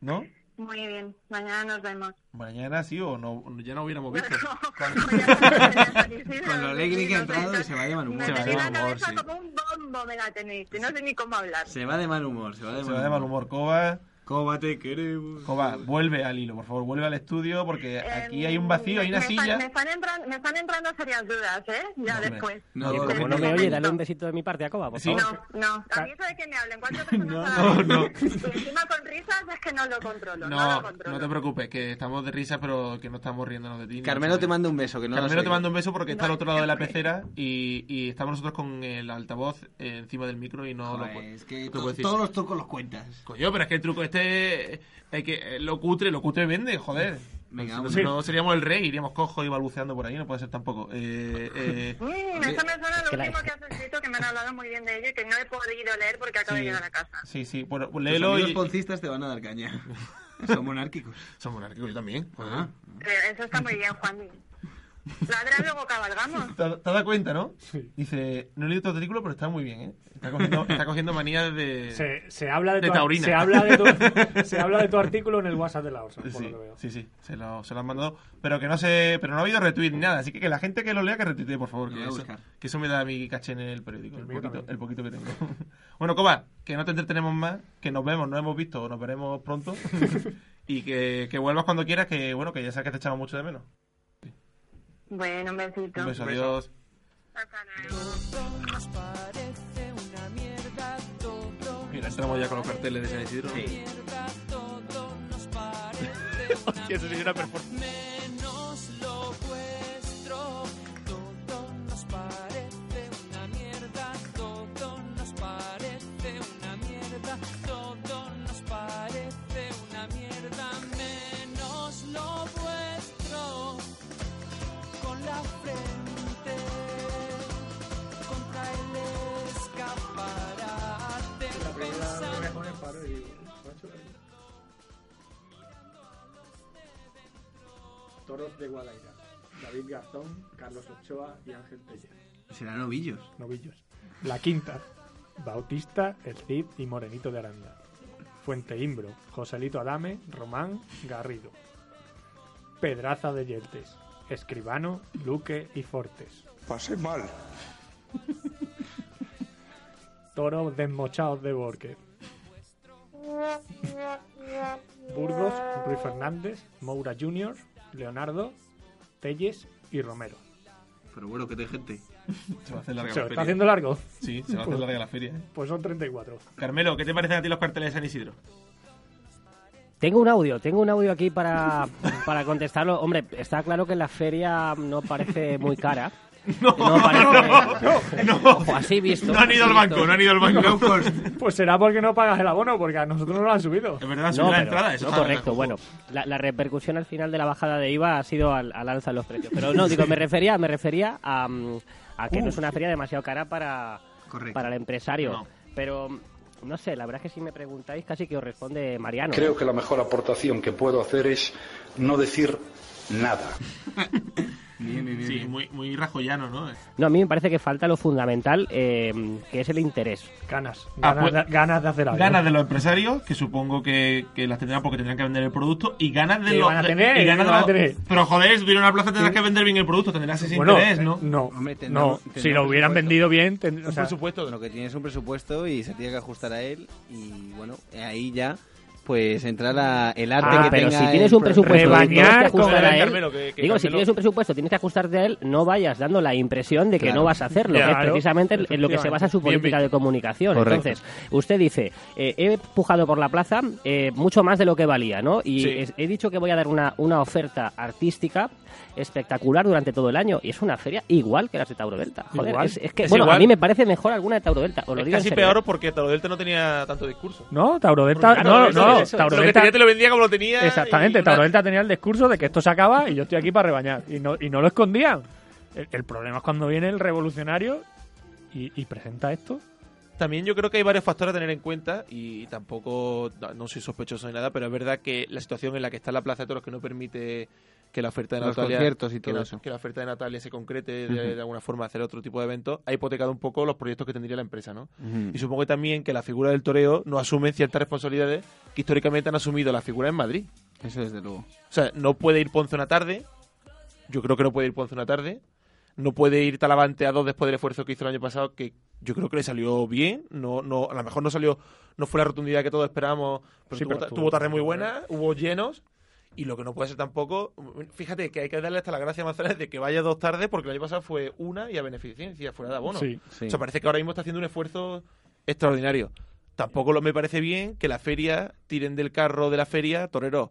S2: ¿no?
S9: Muy bien, mañana nos vemos.
S2: Mañana sí o no, ya no hubiéramos
S9: [LAUGHS]
S2: visto.
S9: Con
S4: lo alegre que ha entrado se va de mal humor.
S9: Me tenéis la
S2: humor,
S9: cabeza
S2: sí.
S9: como un bombo, me la tenéis. y No sé ni cómo hablar.
S4: Se va de mal humor, se va de
S2: Se
S4: mal
S2: va de mal humor, Coba.
S4: Coba, te queremos.
S2: Coba, vuelve al hilo, por favor, vuelve al estudio porque aquí hay un vacío, hay una
S9: Em, me, están-
S2: silla.
S9: Me están, entrando, me están entrando serias dudas, ¿eh? Ya
S2: No,
S9: después.
S2: no,
S5: Oye,
S2: no,
S5: como
S2: no,
S5: no me
S2: no,
S5: oye,
S2: no.
S5: dale un besito de mi parte a Coba, por
S2: Sí.
S5: favor.
S9: No, a mí eso de que me hablen
S2: [LAUGHS]
S9: cuatro personas
S2: No,
S9: a la
S2: no.
S9: vez, Y encima con risas es que no lo controlo. No,
S2: No,
S9: lo controlo.
S2: no te preocupes, que estamos de risa, pero que no estamos riéndonos de ti. ni
S12: Carmelo
S2: mucho
S12: te
S2: menos.
S12: manda un beso, que no lo has
S2: Carmelo te
S12: oído.
S2: manda un beso porque está al otro lado de la pecera y, y estamos nosotros con el altavoz eh, encima del micro y no
S4: Joder,
S2: lo puedes.
S4: es que
S2: no te
S4: to-
S2: puedes decir.
S4: todos los trucos los cuentas.
S2: Coño, pero es que el truco este. eh, Hay que, eh, lo cutre, lo cutre vende, joder.
S4: Venga,
S2: no,
S4: vamos.
S2: no seríamos el rey, iríamos cojo y balbuceando por ahí, no puede ser tampoco. Eh,
S9: [LAUGHS]
S2: eh,
S9: Mm, eso me suena
S2: que
S9: lo
S2: la-
S9: último que has escrito, que me han hablado muy bien de ello y que no he podido leer porque acabo de llegar a casa.
S2: sí, sí, bueno, pues
S4: Los
S2: léelo
S4: amigos
S2: y.
S4: poncistas te van a dar caña. [LAUGHS] Son monárquicos.
S2: Son monárquicos, yo también.
S4: Ah.
S9: Pero Eh, eso está muy bien, Juan. Ladra
S2: [LAUGHS]
S9: luego cabalgamos.
S2: ¿Te, has dado cuenta, no? Dice, no he leído tu artículo, pero está muy bien, ¿eh? Está cogiendo, está cogiendo manías de.
S3: Se, se habla de, tu,
S2: taurina.
S3: Se habla de, tu, se habla de tu artículo en el WhatsApp de la Orsa, por
S2: Sí,
S3: lo que veo.
S2: sí, sí, se lo, se lo han mandado. Pero que no se, pero no ha habido retweet ni nada, así que que la gente que lo lea que retuitee, por favor,
S4: Lo
S2: que,
S4: voy a
S2: eso,
S4: buscar.
S2: que eso me da mi caché en el periódico, el
S3: mío
S2: poquito,
S3: también.
S2: el poquito que tengo. [LAUGHS] bueno, Coba, que no te entretenemos más, que nos vemos, nos hemos visto, o nos veremos
S3: [LAUGHS]
S2: pronto y que, que vuelvas cuando quieras, que bueno, que ya sabes que te echamos mucho de menos.
S9: Bueno, un besito.
S2: Un beso, adiós. Mira, entramos ya con los carteles de San Isidro. Sí.
S13: Hostia, eso sí es una performance.
S14: Menos lo vuestro, todo nos parece una mierda, todo nos parece una mierda, todo nos parece una mierda, menos lo vuestro, con la frente contra el escaparate, pensando
S3: Toros de Guadaira. David Garzón, Carlos Ochoa y Ángel Pérez.
S4: Serán ovillos.
S3: Novillos. La quinta. Bautista, El Cid y Morenito de Aranda. Fuente Imbro, Joselito Adame, Román, Garrido. Pedraza de Yeltes, Escribano, Luque y Fortes.
S15: Pasé mal.
S3: Toros desmochados de Borque. Burgos, Ruiz Fernández, Moura Jr., Leonardo, Telles y Romero.
S4: Pero bueno, que te gente.
S2: [LAUGHS] Se va a hacer larga
S3: ¿Se
S2: la feria.
S3: lo está haciendo largo?
S2: Sí, se va a hacer
S3: Pues-
S2: larga la feria. ¿eh?
S3: Pues son 34.
S2: Carmelo, ¿qué te parecen a ti los carteles de San Isidro?
S5: Tengo un audio, tengo un audio aquí para, para contestarlo. Hombre, está claro que la feria no parece muy cara. No, parece. [LAUGHS] Ojo, así visto.
S2: No han ido
S5: así
S2: al banco,
S5: visto.
S2: no han ido al banco.
S3: Pues será porque no pagas el abono, porque a nosotros no lo han subido.
S2: Es verdad,
S5: No,
S2: subirá la
S5: pero-
S2: entrada, eso
S5: no,
S2: está-
S5: correcto. Bueno, la, la repercusión al final de la bajada de IVA ha sido al, al alza de los precios. Pero no, digo, me refería, me refería a, mm, a que no es una feria demasiado cara para,
S4: Correcto.
S5: para el empresario.
S4: No.
S5: Pero mm, no sé, la verdad es que si me preguntáis, casi que os responde Mariano.
S16: Creo que la mejor aportación que puedo hacer es no decir nada.
S2: Sí, muy, muy rajoyano, ¿no?
S5: No, a mí me parece que falta lo fundamental, eh, que es el interés.
S3: Ganas.
S2: Ah,
S3: Ganas,
S2: pues-
S3: de, ganas de hacer algo.
S2: Ganas de los empresarios, que supongo que, que las tendrán porque tendrán que vender el producto, y ganas de
S3: Que
S2: los.
S3: van a tener,
S2: y ganas
S3: que van a
S2: de los-
S3: tener.
S2: Pero joder, si tuviera una plaza tendrás que vender bien el producto, tendrás ese
S3: Bueno,
S2: interés, ¿no?
S3: eh, no,
S12: tendrá-
S3: no.
S12: tendrá
S3: Si
S12: un
S3: lo hubieran
S12: presupuesto.
S3: vendido bien, ten- o sea,
S12: presupuesto. Lo que tiene es un presupuesto y se tiene que ajustar a él. Y bueno, ahí ya pues entra la- el arte
S5: Ah,
S12: que
S5: pero
S12: tenga
S5: si tienes
S12: el
S5: un
S12: pro-
S5: presupuesto y tienes que
S12: rebañar con-
S5: ajustar a él,
S12: Carmelo, que- que
S5: digo, si
S12: Carmelo-
S5: tienes un presupuesto tienes que ajustarte a él, no vayas dando la impresión de que
S12: Claro.
S5: no vas a hacerlo, que
S12: Claro,
S5: es precisamente en lo que se basa su
S12: efectivamente.
S5: política
S12: Bien
S5: de comunicación.
S12: Correcto.
S5: Entonces, usted dice, eh, he pujado por la plaza eh, mucho más de lo que valía, ¿no? Y
S2: Sí.
S5: es- he dicho que voy a dar una, una oferta artística espectacular durante todo el año y es una feria igual que las de Tauro Delta. Joder,
S2: Igual.
S5: es, es que
S2: Es
S5: bueno, a
S2: igual.
S5: mí me parece mejor alguna de Tauro Delta, os lo
S2: Es
S5: digo en
S2: casi
S5: serio. ¿eh?
S2: peor porque Taurodelta no tenía tanto discurso.
S3: No, Taurodelta.
S2: Porque
S3: no,
S2: Taurodelta-
S3: no,
S2: Ah, eso, Lo que
S3: Taurodelta.
S2: tenía te lo vendía como lo tenía.
S3: Exactamente,
S2: y una-
S3: Taurodelta tenía el discurso de que esto se acaba y yo estoy aquí para rebañar. Y no, y no lo escondían. El, el problema es cuando viene el revolucionario y, y presenta esto.
S2: También yo creo que hay varios factores a tener en cuenta y tampoco no soy sospechoso ni nada, pero es verdad que la situación en la que está la Plaza de Toros que no permite que la oferta de
S4: Los
S2: Natalia
S4: conciertos y todo
S2: que la,
S4: eso.
S2: que la oferta de Natalia se concrete de,
S4: Ujú.
S2: de alguna forma hacer otro tipo de eventos ha hipotecado un poco los proyectos que tendría la empresa no
S4: Ujú.
S2: y supongo que también que la figura del toreo no asume ciertas responsabilidades que históricamente han asumido la figura en Madrid
S4: Eso desde luego.
S2: o sea, no puede ir Ponce una tarde. Yo creo que no puede ir Ponce una tarde. No puede ir Talavante a dos después del esfuerzo que hizo el año pasado, que yo creo que le salió bien. No, no, a lo mejor no salió, no fue la rotundidad que todos esperábamos, pero,
S3: Sí,
S2: tuvo,
S3: pero
S2: ta-
S3: estuvo-
S2: tuvo tardes muy buenas, hubo llenos. Y lo que no puede ser tampoco, fíjate que hay que darle hasta la gracia a Manzanares de que vaya dos tardes, porque el año pasado fue una y a beneficencia, fuera de abono.
S3: Sí.
S2: O sea, parece que ahora mismo está haciendo un esfuerzo extraordinario. Tampoco lo, me parece bien que la feria tiren del carro de la feria toreros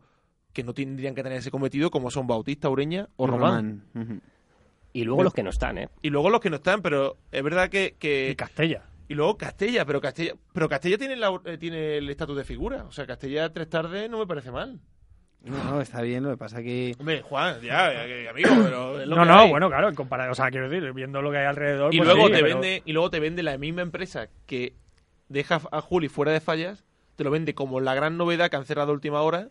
S2: que no tendrían que tener ese cometido, como son Bautista, Ureña o Román.
S5: Y luego los que no están, ¿eh?
S2: Y luego los que no están, pero es verdad que. que-
S3: Y Castella.
S2: y luego Castella, pero Castella, pero Castella tiene, la- eh, tiene el estatus de figura. O sea, Castella tres tardes no me parece mal.
S4: No, no, está bien, lo que pasa que...
S2: Hombre, Juan, ya, eh, amigo, pero. es lo
S3: No,
S2: que
S3: no,
S2: hay.
S3: bueno, claro, en comparación, o sea, quiero decir, viendo lo que hay alrededor.
S2: Y
S3: pues
S2: luego
S3: sí,
S2: te
S3: pero-
S2: vende, y luego te vende la misma empresa que deja a Juli fuera de fallas, te lo vende como la gran novedad que han cerrado a última hora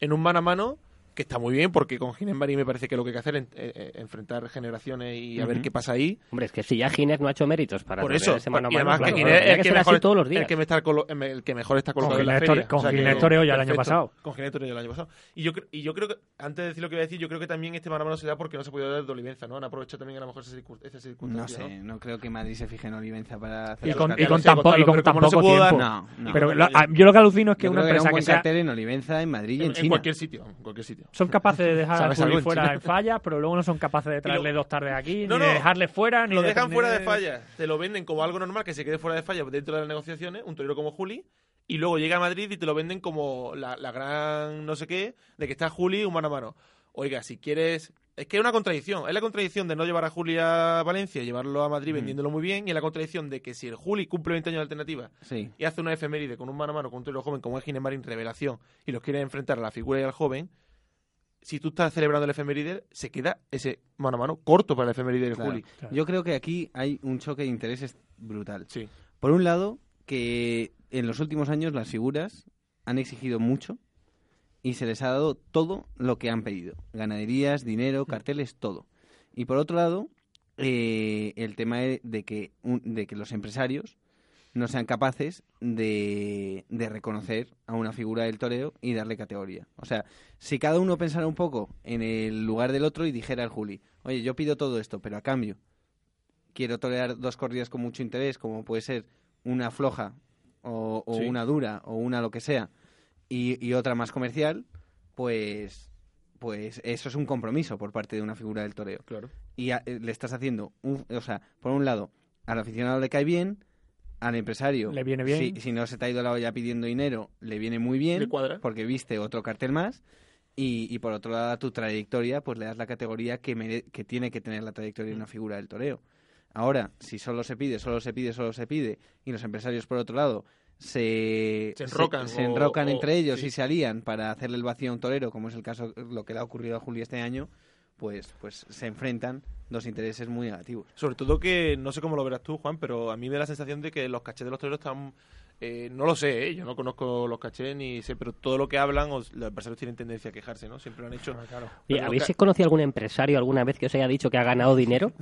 S2: en un mano a mano que está muy bien porque con Ginembari me parece que lo que hay que hacer es eh, eh, enfrentar generaciones y a ver
S5: Ujú.
S2: qué pasa ahí.
S5: Hombre, es que si ya Gines no ha hecho méritos para
S2: Por
S5: tener
S2: eso,
S5: ese mano a
S2: y
S5: mano,
S2: además
S5: claro,
S2: que
S5: pero
S2: Ginés es
S5: tenía
S2: el que
S5: ser
S2: mejor-
S5: así todos los días.
S2: el que me está colo- el que mejor está
S3: Con
S2: colocado en la
S3: Ginés
S2: feria.
S3: Tore- con
S2: O sea que-
S3: Ginés Toreo ya el año
S2: perfecto,
S3: pasado.
S2: Con Ginés Toreo ya el año pasado. Y yo, cre- y yo creo que, antes de decir lo que voy a decir, yo creo que también este mano a mano se da porque no se puede dar de Olivenza, ¿no? Han aprovechado también a lo mejor esa circun- esa circunstancia.
S4: No sé, no creo que Madrid se fije en Olivenza para hacer
S3: Y
S4: los
S3: con, y
S4: carteles.
S3: con
S2: sí,
S3: tampo-
S2: Gonzalo,
S3: y con
S2: pero como no se
S3: tampoco
S2: pudo dar-
S3: tiempo.
S4: No, no.
S3: Pero lo- a- yo lo que alucino es que
S4: Yo
S3: una
S4: creo era un
S3: empresa que
S4: buen
S3: sea,
S4: cartel en Olivenza, en Madrid y en,
S2: en,
S4: China.
S2: cualquier sitio, en cualquier sitio.
S3: son capaces de dejar a
S2: ¿Sabes
S3: Juli
S2: algo en
S3: fuera
S2: China?
S3: en fallas, pero luego no son capaces de traerle dos tardes aquí,
S2: No,
S3: ni
S2: no.
S3: de dejarle fuera, ni
S2: lo
S3: de
S2: dejan
S3: tener-
S2: fuera de falla, te lo venden como algo normal que se quede fuera de falla dentro de las negociaciones, un torero como Juli, y luego llega a Madrid y te lo venden como la, la gran no sé qué, de que está Juli un mano a mano. Oiga, si quieres... Es que es una contradicción, es la contradicción de no llevar a Juli a Valencia, llevarlo a Madrid vendiéndolo muy bien, y es la contradicción de que si el Juli cumple 20 años de alternativa
S4: Sí.
S2: y hace una efeméride con un mano a mano con un torero joven como es Ginés Marín, revelación, y los quiere enfrentar a la figura y al joven, si tú estás celebrando el efeméride, se queda ese mano a mano corto para el efeméride del
S4: Claro.
S2: Juli.
S3: Claro.
S4: Yo creo que aquí hay un choque de intereses brutal.
S2: Sí.
S4: Por un lado, que en los últimos años las figuras han exigido mucho y se les ha dado todo lo que han pedido. Ganaderías,
S3: Mm.
S4: dinero, carteles, todo. Y por otro lado, eh, el tema de- de que, un- de que los empresarios no sean capaces de, de reconocer a una figura del toreo y darle categoría. O sea, si cada uno pensara un poco en el lugar del otro y dijera al Juli, oye, yo pido todo esto, pero a cambio quiero tolerar dos corridas con mucho interés, como puede ser una floja o, o
S2: Sí.
S4: una dura o una lo que sea, y, y otra más comercial, pues, pues eso es un compromiso por parte de una figura del toreo.
S2: Claro.
S4: Y a- eh, le estás haciendo, un- o sea, por un lado, al aficionado le cae bien, al empresario...
S3: Le viene bien.
S4: Si, si no se te ha ido la olla pidiendo dinero, le viene muy bien
S2: Le cuadra.
S4: porque viste otro cartel más y, y por otro lado a tu trayectoria pues le das la categoría que, mere- que tiene que tener la trayectoria
S2: Mm.
S4: de una figura del toreo. Ahora, si solo se pide, solo se pide, solo se pide y los empresarios por otro lado se,
S2: Se enrocan
S4: se,
S2: o-
S4: enrocan
S2: o-
S4: entre ellos
S2: sí.
S4: y se alían para hacerle el vacío a un torero, como es el caso lo que le ha ocurrido a Juli este año, pues, pues se enfrentan dos intereses muy negativos.
S2: Sobre todo que, no sé cómo lo verás tú, Juan, pero a mí me da la sensación de que los cachés de los toreros están... eh, no lo sé, ¿eh? yo no conozco los cachés ni sé, pero todo lo que hablan, os- los empresarios tienen tendencia a quejarse, ¿no? Siempre lo han hecho.
S3: Ah,
S5: Oye,
S2: Pero los
S5: ¿Habéis
S2: ca-
S5: conocido algún empresario alguna vez que os haya dicho que ha ganado dinero?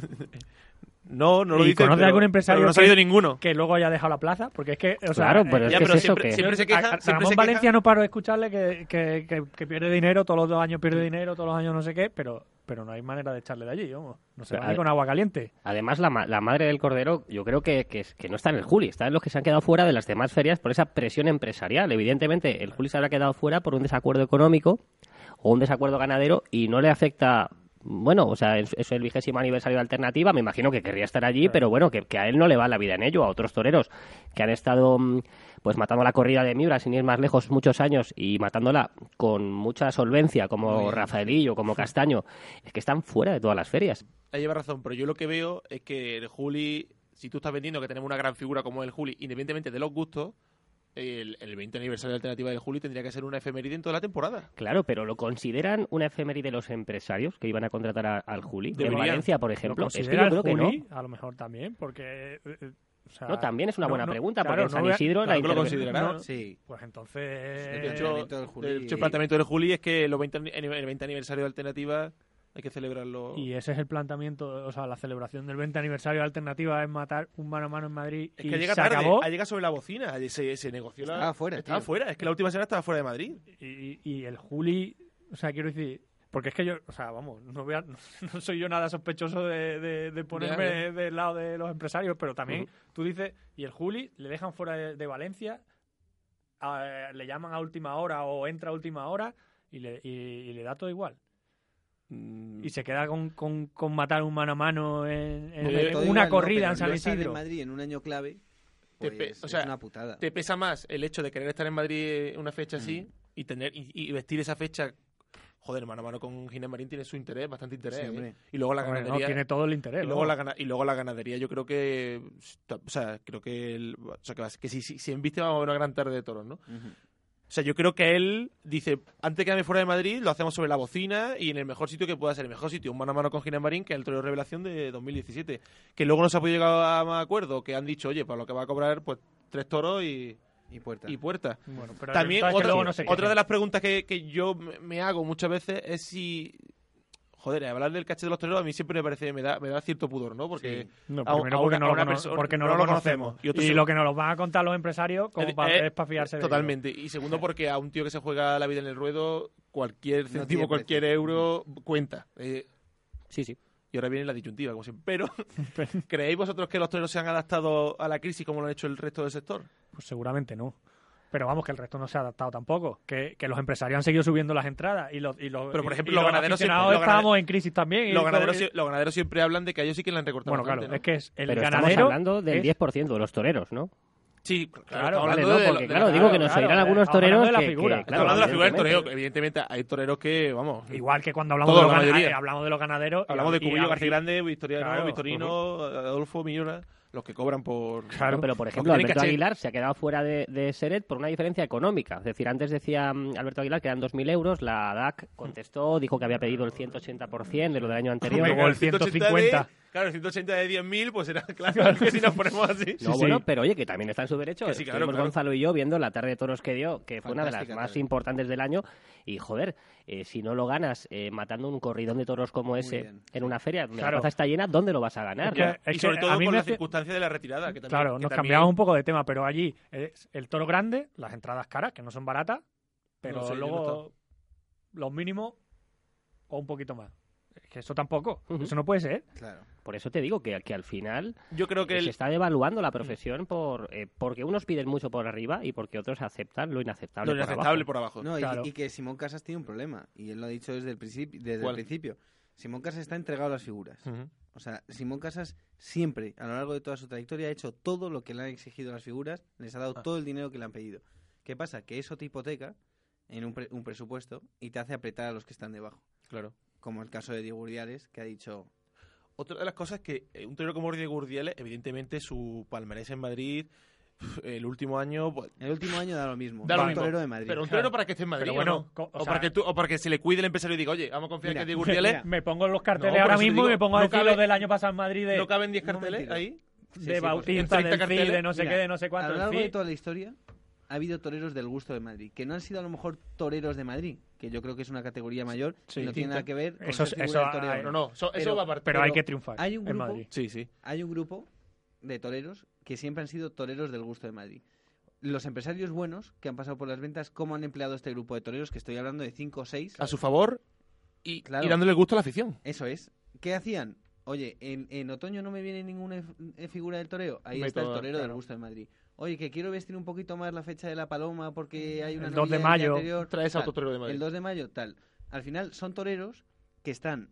S2: No, no lo
S3: ¿Y
S2: dicen,
S3: conoce
S2: pero-
S3: algún empresario
S2: pero no ha
S3: que-
S2: salido ninguno.
S3: Que luego haya dejado la plaza, porque es que, o sea,
S5: Claro, pero
S3: eh,
S5: es
S2: Ya,
S5: que
S2: pero
S5: es eso
S2: siempre,
S5: que-
S2: siempre se
S3: A- a-
S2: queja, siempre
S3: Ramón
S2: se queja.
S3: Valencia no paro de escucharle que, que- que- que pierde dinero, todos los dos años pierde dinero, todos los años no sé qué, pero, pero no hay manera de echarle de allí, vamos. No se
S5: Pero
S3: va
S5: a
S3: ni
S5: ver-
S3: con agua caliente.
S5: Además, la, ma- la madre del cordero, yo creo que, que, es- que no está en el Juli, está en los que se han quedado fuera de las demás ferias por esa presión empresarial. Evidentemente, el Juli se habrá quedado fuera por un desacuerdo económico o un desacuerdo ganadero y no le afecta. Bueno, o sea, es, es el vigésimo aniversario de Alternativa, me imagino que querría estar allí, pero bueno, que, que a él no le va la vida en ello, a otros toreros que han estado mm, pues matando la corrida de Miura sin ir más lejos muchos años y matándola con mucha solvencia,
S4: Muy
S5: como
S4: bien.
S5: Rafaelillo, como Castaño, es que están fuera de todas las ferias.
S2: Ahí lleva razón, pero yo lo que veo es que el Juli, si tú estás vendiendo que tenemos una gran figura como el Juli, independientemente de los gustos, el, el 20 aniversario de alternativa del Juli tendría que ser una efeméride en toda la temporada.
S5: Claro, pero lo consideran una efeméride los empresarios que iban a contratar a- al Juli. En
S2: Deberían.
S5: Valencia, por
S3: Lo
S5: ejemplo. Es que
S3: considera
S5: yo creo
S3: el
S5: que no.
S3: Juli, A lo mejor también, porque eh, eh, O sea,
S5: No, también es una buena pregunta, porque en San
S3: voy a-
S5: Isidro la
S3: tampoco lo
S5: interve-
S3: considerará,
S5: no,
S3: ¿no?
S5: sí.
S3: Pues
S2: De
S3: entonces...
S2: hecho, de hecho, el planteamiento del Juli es que los 20 ani- el 20 aniversario de Alternativa hay que celebrarlo.
S3: Y ese es el planteamiento, o sea, la celebración del 20 aniversario de Alternativa es matar un mano a mano en Madrid
S2: Es
S3: y
S2: que llega
S3: se
S2: tarde,
S3: acabó.
S2: ha llegado sobre la bocina, se, se negoció la...
S3: Estaba fuera,
S2: Estaba
S3: tío.
S2: fuera, es que la última semana estaba fuera de Madrid.
S3: Y, y el Juli, o sea, quiero decir, porque es que yo, o sea, vamos, no, voy a- [LAUGHS] no soy yo nada sospechoso de, de- de ponerme
S2: Ya,
S3: del lado de los empresarios, pero también tú dices, y el Juli le dejan fuera de, de Valencia, a- le llaman a última hora o entra a última hora y le, y- y le da todo igual. Y se queda con, con- con matar un mano a mano en, en- en
S4: Todo
S3: una
S4: igual, no,
S3: corrida
S4: pero
S3: en San
S4: no estar
S3: Isidro.
S4: en Madrid en un año clave,
S2: Te
S4: pues,
S2: pe- o sea,
S4: es una putada.
S2: Te pesa más el hecho de querer estar en Madrid eh, una fecha así
S3: Mm.
S2: y tener y, y vestir esa fecha. Joder, mano a mano con Ginés Marín tiene su interés, bastante interés.
S3: Sí,
S2: ¿eh?
S3: hombre.
S2: Y luego la
S3: Hombre, no,
S2: ganadería.
S3: tiene todo el interés,
S2: Y luego,
S3: vamos.
S2: la, gana- y luego la ganadería, yo creo que. O sea, creo que. el- o sea, que, va- que si, si, si enviste vamos a ver una gran tarde de toros, ¿no? O sea, yo creo que él dice, antes de quedarme fuera de Madrid, lo hacemos sobre la bocina y en el mejor sitio que pueda ser, el mejor sitio, un mano a mano con Ginés Marín, que es el Toreo Revelación de 2017. Que luego no se ha podido llegar a más acuerdo, que han dicho, oye, para lo que va a cobrar, pues tres toros y...
S4: Y puerta.
S2: Y puerta.
S3: Bueno, pero
S2: También
S3: el resultado es que
S2: otra,
S3: luego no se
S2: otra
S3: quejen.
S2: de las preguntas que, que yo me me hago muchas veces es si... Joder, hablar del caché de los toreros a mí siempre me parece, me da, me da cierto pudor, ¿no? Porque...
S3: No,
S2: a-
S3: primero
S2: a una-
S3: porque, no
S2: a
S3: lo
S2: una
S3: cono-
S2: persona-
S3: porque no
S2: no
S3: lo
S2: lo
S3: conocemos.
S2: conocemos. Y otro
S3: Y,
S2: seg-
S3: lo que nos lo van a contar los empresarios como
S2: Eh,
S3: pa-
S2: eh,
S3: es para fiarse de ellos.
S2: Totalmente. Y segundo, porque a un tío que se juega la vida en el ruedo, cualquier
S3: tiene
S2: céntimo,
S3: precio.
S2: cualquier euro cuenta. Eh,
S5: sí, sí.
S2: Y ahora viene la disyuntiva, como siempre. Pero, [LAUGHS] ¿creéis vosotros que los toreros se han adaptado a la crisis como lo han hecho el resto del sector?
S3: Pues seguramente no. Pero vamos, que el resto no se ha adaptado tampoco. Que, que los empresarios han seguido subiendo las entradas. Y los, y los,
S2: Pero, por
S3: y-
S2: ejemplo,
S3: y
S2: los ganaderos siempre-
S3: aficionados
S2: los ganaderos-
S3: estábamos en crisis también. y-
S2: Los ganaderos, sie- los ganaderos siempre hablan de que a ellos sí que le han recortado.
S3: pues, Bueno,
S2: bastante,
S3: claro,
S2: ¿no?
S3: es que es el
S5: Pero
S3: ganadero
S5: estamos hablando del
S3: es-
S5: 10% de los toreros, ¿no?
S2: Sí, claro,
S5: Claro,
S2: estamos
S5: vale,
S2: hablando
S5: no,
S2: de-
S5: porque,
S2: de-
S5: claro, digo que nos oirán algunos
S3: estamos hablando
S5: toreros
S3: de la
S5: que- que-
S3: figura.
S2: Estamos hablando de la figura del
S3: evidentemente.
S2: toreo. Evidentemente, hay toreros que, vamos.
S3: Igual que cuando hablamos de los gana- eh, hablamos de los ganaderos y-
S2: Hablamos de
S3: y-
S2: Cubillo,
S3: y-
S2: García Grande, Victoriano,
S3: Claro,
S2: Victorino, Adolfo, Millona, los que cobran por.
S5: Claro, pero por
S2: los que
S5: ejemplo,
S2: tienen
S5: Alberto
S2: caché.
S5: Aguilar se ha quedado fuera de, de Seret por una diferencia económica. Es decir, antes decía mm, Alberto Aguilar que eran 2.000 euros, la DAC contestó, dijo que había pedido el 180% de lo del año anterior.
S2: Venga, 180 de- claro, el 180 de 10.000, pues era [LAUGHS] claro que si nos ponemos así.
S5: No, bueno, pero oye, que también está en su derecho.
S2: Que sí, claro,
S5: Estuvimos
S2: claro.
S5: Gonzalo y yo viendo la tarde de toros que dio, que fue una de las
S2: Fantástica
S5: más
S2: tarde.
S5: importantes del año. Y joder, eh, si no lo ganas eh, matando un corridón de toros como ese en una feria donde
S3: Claro.
S5: la plaza está llena, ¿dóde lo vas a ganar?
S3: [LAUGHS] Ya,
S5: no?
S3: es
S2: y sobre
S3: que
S2: todo
S3: a mí
S2: con
S3: me
S2: la
S3: hace-
S2: circunstancia de la retirada. Que también,
S3: Claro,
S2: que
S3: nos
S2: también-
S3: cambiamos un poco de tema, pero allí es el toro grande, las entradas caras, que no son baratas, pero
S2: No sé, yo no
S3: luego los mínimos o un poquito más. Es que eso tampoco, eso no puede ser.
S5: Por eso te digo que, que al final
S2: Yo creo que
S5: se
S2: el- Mm.
S5: está devaluando la profesión por eh, porque unos piden mucho por arriba y porque otros aceptan lo inaceptable, por, abajo.
S4: No, y- y, que Simón Casas tiene un problema. Y él lo ha dicho desde el, principio desde el
S5: ¿Cuál?
S4: principio. Simón Casas
S2: Mm.
S4: está entregado a las figuras.
S2: Ujú.
S4: O sea, Simón Casas siempre, a lo largo de toda su trayectoria, ha hecho todo lo que le han exigido las figuras, les ha
S2: Ah.
S4: dado todo el dinero que le han pedido. ¿Qué pasa? Que eso te hipoteca en un, pre- un presupuesto y te hace apretar a los que están debajo.
S2: Claro.
S4: Como el caso de Diego Urdiales, que ha dicho,
S2: Otra de las cosas es que eh, un torero como Jordi Gurdiales, evidentemente su palmarés en Madrid, el último año... pues,
S4: el último año da lo mismo.
S2: Da lo
S4: un
S2: mismo.
S4: torero de Madrid.
S2: Pero un torero para que esté en Madrid.
S4: Pero
S2: ¿o
S4: bueno,
S2: no?
S4: co-
S2: o,
S4: o sea-
S2: para que tú- o para que se le cuide el empresario y diga, oye, vamos a confiar
S4: Mira,
S2: que Diego Urdiales. [LAUGHS]
S4: mira.
S3: [LAUGHS] Me pongo los carteles
S2: No, por
S3: ahora
S2: eso te
S3: mismo
S2: digo,
S3: y me pongo a
S2: no
S3: decir
S2: cabe-
S3: lo del año pasado en Madrid de...
S2: ¿No caben 10 carteles ahí? pues,
S3: De Bautista, del Cid, de no sé qué, de no sé cuánto,
S4: A lo
S3: del
S4: largo de
S3: Cid.
S4: toda la historia ha habido toreros del gusto de Madrid, que no han sido a lo mejor toreros de Madrid, que yo creo que es una categoría mayor
S2: Sí,
S4: y no
S2: distinta.
S4: tiene nada que ver con
S3: Eso-
S4: ser figura
S3: eso
S4: del torero.
S3: hay- no, no, eso- eso va aparte. Pero hay que triunfar
S4: Hay un
S3: en
S4: grupo,
S3: Madrid.
S2: Sí, sí.
S4: Hay un grupo de toreros que siempre han sido toreros del gusto de Madrid. Los empresarios buenos que han pasado por las ventas, ¿cómo han empleado este grupo de toreros? Que estoy hablando de 5 o 6.
S3: Ah,
S2: A su favor y,
S4: Claro.
S2: y dándole el gusto a la afición.
S4: Eso es. ¿Qué hacían? Oye, en, en otoño no me viene ninguna f- eh, figura del toreo. Ahí
S2: Me
S4: está el
S2: toca,
S4: torero del
S2: claro.
S4: gusto de Madrid. Oye, que quiero vestir un poquito más la fecha de la paloma porque hay una
S3: Mm. El 2 de
S4: novilla del día
S3: mayo.
S4: anterior,
S3: Traes
S4: tal.
S3: a otro torero de Madrid.
S4: El 2 de mayo, tal. Al final son toreros que están,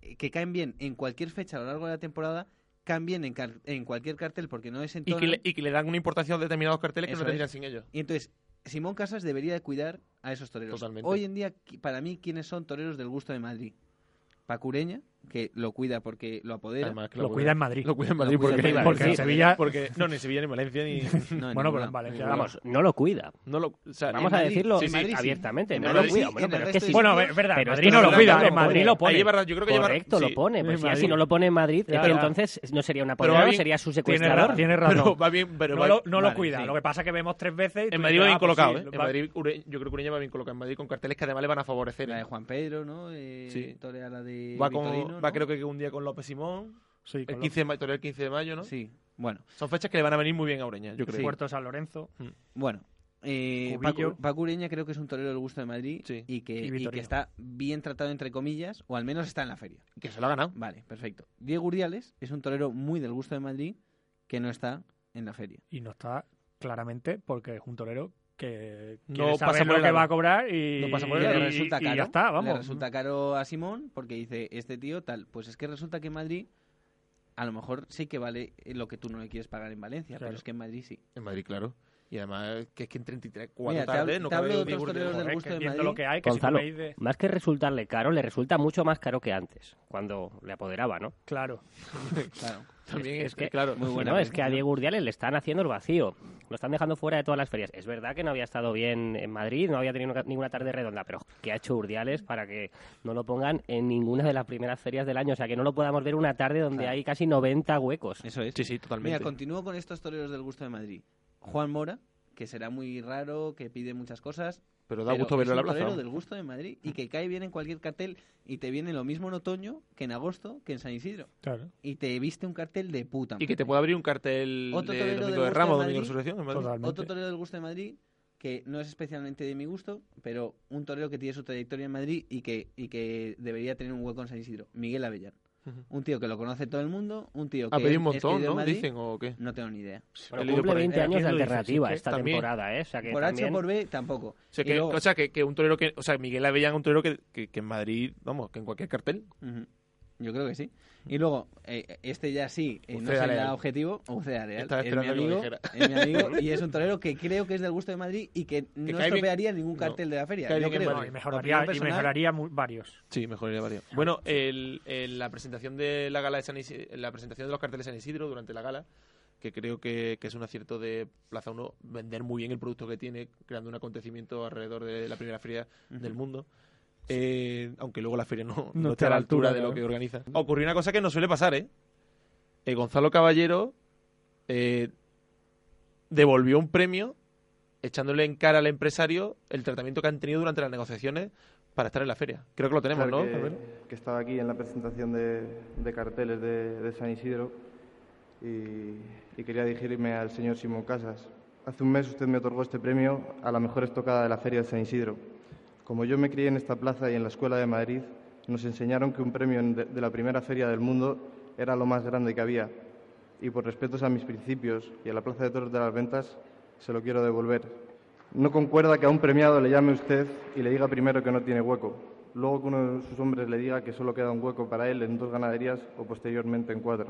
S4: eh, que caen bien en cualquier fecha a lo largo de la temporada, caen bien en, car- en cualquier cartel porque no es en
S2: Y que, le, y que le dan una importancia a determinados carteles que
S4: Eso
S2: no tendrían
S4: es.
S2: sin ellos.
S4: y entonces, Simón Casas debería de cuidar a esos toreros.
S2: Totalmente.
S4: Hoy en día, qui- para mí, ¿quiénes son toreros del gusto de Madrid? Pacureña, que lo cuida porque lo apodera.
S2: Además, que
S3: Lo cuida en Madrid.
S2: Lo cuida en Madrid
S3: Lo cuida
S2: porque,
S3: en Madrid.
S2: porque-
S3: Porque en Sevilla-
S2: porque- no, ni en Sevilla ni en Valencia ni.
S3: Bueno, pero en Valencia.
S5: Vamos, no lo cuida.
S2: No lo, o sea,
S5: Vamos
S2: en
S5: a
S2: Madrid-
S5: decirlo
S2: sí, sí,
S5: Madrid,
S2: sí.
S5: abiertamente.
S2: En
S5: No
S2: Madrid
S5: lo cuida,
S2: sí,
S5: bueno,
S2: en el
S5: pero es que
S2: resto sí.
S5: sí.
S3: Bueno, es verdad,
S5: Pero
S3: Madrid
S5: esto
S3: no lo
S5: es
S3: cuida,
S5: verdad,
S3: en Madrid
S5: Madrid
S3: lo
S5: lo pone.
S2: Ahí es verdad, yo creo que lleva-
S5: Correcto,
S2: sí. [LAUGHS]
S5: lo pone. Porque
S2: En
S5: si
S2: Madrid.
S5: así no lo pone en Madrid,
S2: Ya,
S5: pero
S2: ya.
S5: entonces no sería un
S2: Pero va
S5: apoderado,
S2: bien-
S5: sería su
S3: Tiene,
S5: secuestrador.
S3: ra- tiene razón.
S2: Pero va bien, pero
S3: no
S2: va-
S3: lo, no lo
S2: vale,
S3: cuida.
S2: sí.
S3: Lo que pasa es que vemos tres veces. y tú
S2: En Madrid va
S3: dices,
S2: bien
S3: ah, pues
S2: colocado,
S3: sí,
S2: ¿eh? En
S3: va-
S2: Madrid, Ure- yo creo que Ureña va bien colocado en Madrid con carteles que además le van a favorecer.
S4: La de Juan Pedro, ¿no? Eh,
S2: Sí.
S4: torea la de
S2: va, con,
S4: Vitorino,
S2: va
S4: ¿no?
S2: creo que un día con López Simón.
S3: Sí,
S2: el
S3: con López.
S2: 15 de mayo, torea el 15 de mayo, ¿no?
S4: Sí, bueno.
S2: Son fechas que le van a venir muy bien a Ureña, yo creo. Mm.
S3: Puerto San Lorenzo.
S4: Bueno, eh,
S3: Cubillo.
S4: Paco, Paco Ureña creo que es un torero del gusto de Madrid y, que,
S3: Y
S4: y
S3: Vitorino.
S4: que está bien tratado entre comillas, o al menos está en la feria.
S2: Que se lo ha ganado.
S4: Vale, perfecto. Diego Urdiales es un torero muy del gusto de Madrid que no está en la feria.
S3: Y no está claramente porque es un torero que
S2: No
S3: quiere
S2: pasa
S3: saber
S2: por
S3: lo
S2: el
S3: que
S2: aro.
S3: va a cobrar y,
S4: No pasa por
S3: Eh, y-
S4: él,
S3: y-
S4: le resulta
S3: y
S4: caro.
S3: ya está, vamos.
S4: Le resulta caro a Simón porque dice, este tío tal. Pues es que resulta que en Madrid a lo mejor sí que vale lo que tú no le quieres pagar en Valencia,
S2: Claro.
S4: pero es que en Madrid sí.
S2: En Madrid, claro. Y además, que es que en 33,
S4: Mira,
S2: 4
S4: te hablo-
S2: tardes no
S4: te hablo
S2: cabe
S4: de
S2: un
S4: otros
S2: Diego Ureña.
S4: toreros del
S2: Joder,
S4: gusto
S2: que
S4: de
S2: viendo
S4: Madrid.
S2: lo que hay, que si tú
S5: Gonzalo,
S2: me dices-
S5: más que resultarle caro, le resulta mucho más caro que antes, cuando le apoderaba, ¿no?
S3: Claro.
S4: Claro.
S2: [LAUGHS] También
S5: es,
S2: es que, claro,
S5: muy
S2: muy
S5: bueno.
S2: buena
S5: es que a
S2: pregunta.
S5: Diego Urdiales le están haciendo el vacío. Lo están dejando fuera de todas las ferias. Es verdad que no había estado bien en Madrid, no había tenido nunca- ninguna tarde redonda, pero ¿qué ha hecho Urdiales para que no lo pongan en ninguna de las primeras ferias del año? O sea, que no lo podamos ver una tarde donde
S4: Claro.
S5: hay casi 90 huecos.
S4: Eso es.
S2: Sí, sí, totalmente.
S4: Mira, continúo con estos toreros del gusto de Madrid. Juan Mora, que será muy raro, que pide muchas cosas.
S2: Pero da gusto verlo en
S4: es
S2: la
S4: un
S2: plaza.
S4: torero del gusto de Madrid y que cae bien en cualquier cartel y te viene lo mismo en otoño que en agosto que en San Isidro.
S3: Claro.
S4: Y te viste un cartel de puta
S2: Y que te
S4: madre.
S2: pueda abrir un cartel
S4: Otro
S2: de
S4: torero del
S2: Domingo
S4: gusto
S2: de
S4: de
S2: Ramos,
S4: Madrid.
S2: Domingo de Resurrección en Madrid.
S3: Totalmente.
S4: Otro torero del gusto de Madrid que no es especialmente de mi gusto, pero un torero que tiene su trayectoria en Madrid y que, y que debería tener un hueco en San Isidro. Miguel Avellán.
S2: Ujú.
S4: Un tío que lo conoce todo el mundo, un tío que
S2: A pedir un
S4: es
S2: montón,
S4: querido en
S2: ¿no?
S4: Madrid.
S2: Dicen o qué.
S4: No tengo ni idea.
S5: Bueno,
S2: He leído
S5: cumple
S2: por ahí.
S5: 20
S3: Pero
S5: años de
S3: ¿quién lo dice?
S5: alternativa
S3: Sí, que
S5: esta
S2: también.
S5: temporada, ¿eh? O sea, que
S4: por H o
S5: también...
S4: por B tampoco.
S2: O sea,
S4: Y
S2: que,
S4: luego-
S2: o sea que, que un torero que. O sea, Miguel Avellán es un torero que, que, que en Madrid, vamos, que en cualquier cartel.
S4: Ujú. Yo creo que sí. Y luego, eh, este ya sí, eh, no
S2: Uceda
S4: es el
S2: Leal.
S4: nada objetivo, Uceda Leal.
S2: Estaba
S4: Es mi,
S2: esperando que lo
S4: amigo,
S2: dijera.
S4: es
S2: [LAUGHS]
S4: mi amigo y es un torero que creo que es del gusto de Madrid y que, no
S2: cae bien-
S4: estropearía ningún
S2: no,
S4: cartel de la feria.
S2: cae
S4: yo
S2: bien en
S4: creo.
S3: No, y
S2: Opinión
S3: mejoraría, y
S4: personal.
S3: mejoraría mu- varios.
S2: Sí, mejor iría varios. Bueno, el, el- la presentación de la gala de San Isi- la presentación de los carteles de San Isidro durante la gala, que creo que, que es un acierto de Plaza 1 vender muy bien el producto que tiene, creando un acontecimiento alrededor de la primera feria del mundo. Eh, aunque luego la feria no, no esté a la altura, de lo
S3: claro.
S2: que organiza. Ocurrió una cosa que no suele pasar, ¿eh? Eh, Gonzalo Caballero eh, devolvió un premio echándole en cara al empresario el tratamiento que han tenido durante las negociaciones para estar en la feria. Creo que lo tenemos, ¿no?
S17: que-
S2: Alberto?
S17: Que, estaba aquí en la presentación de, de carteles de, de San Isidro y, y quería dirigirme al señor Simón Casas. Hace un mes usted me otorgó este premio a la mejor estocada de la Feria de San Isidro. Como yo me crié en esta plaza y en la Escuela de Madrid, nos enseñaron que un premio en- de, de la primera feria del mundo era lo más grande que había. Y por respetos a mis principios y a la Plaza de Toros de las Ventas, se lo quiero devolver. No concuerda que a un premiado le llame usted y le diga primero que no tiene hueco, luego que uno de sus hombres le diga que solo queda un hueco para él en dos ganaderías o posteriormente en cuatro.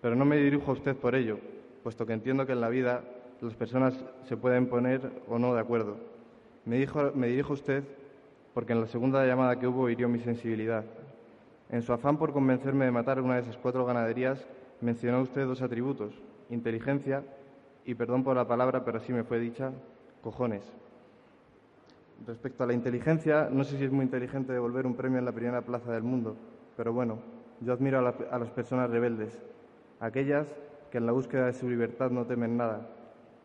S17: Pero no me dirijo a usted por ello, puesto que entiendo que en la vida las personas se pueden poner o no de acuerdo. Me, dijo- me dirijo a usted porque en la segunda llamada que hubo hirió mi sensibilidad. En su afán por convencerme de matar una de esas cuatro ganaderías, mencionó usted dos atributos, inteligencia y, perdón por la palabra, pero así me fue dicha, cojones. Respecto a la inteligencia, no sé si es muy inteligente devolver un premio en la primera plaza del mundo, pero bueno, yo admiro a, la- a las personas rebeldes, aquellas que en la búsqueda de su libertad no temen nada,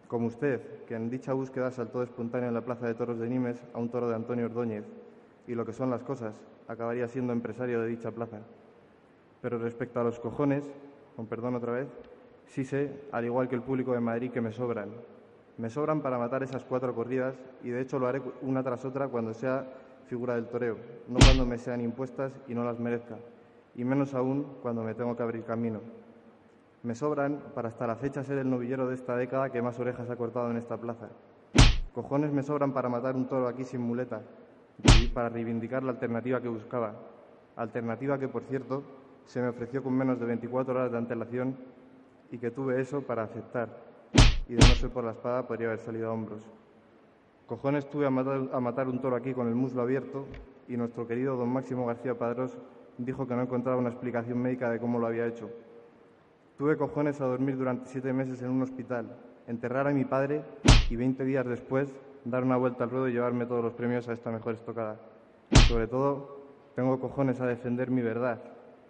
S17: como usted, que en dicha búsqueda saltó espontáneo en la plaza de toros de Nimes a un toro de Antonio Ordóñez, y lo que son las cosas, acabaría siendo empresario de dicha plaza. Pero respecto a los cojones, con perdón otra vez, sí sé, al igual que el público de Madrid, que me sobran. Me sobran para matar esas cuatro corridas y de hecho lo haré una tras otra cuando sea figura del toreo, no cuando me sean impuestas y no las merezca, y menos aún cuando me tengo que abrir camino. Me sobran para hasta la fecha ser el novillero de esta década que más orejas ha cortado en esta plaza. Cojones me sobran para matar un toro aquí sin muleta, y para reivindicar la alternativa que buscaba. Alternativa que, por cierto, se me ofreció con menos de 24 horas de antelación y que tuve eso para aceptar. Y de no ser por la espada podría haber salido a hombros. Cojones tuve a matar, a matar un toro aquí con el muslo abierto y nuestro querido don Máximo García Padrós dijo que no encontraba una explicación médica de cómo lo había hecho. Tuve cojones a dormir durante siete meses en un hospital, enterrar a mi padre y 20 días después dar una vuelta al ruedo y llevarme todos los premios a esta mejor estocada. Y sobre todo, tengo cojones a defender mi verdad,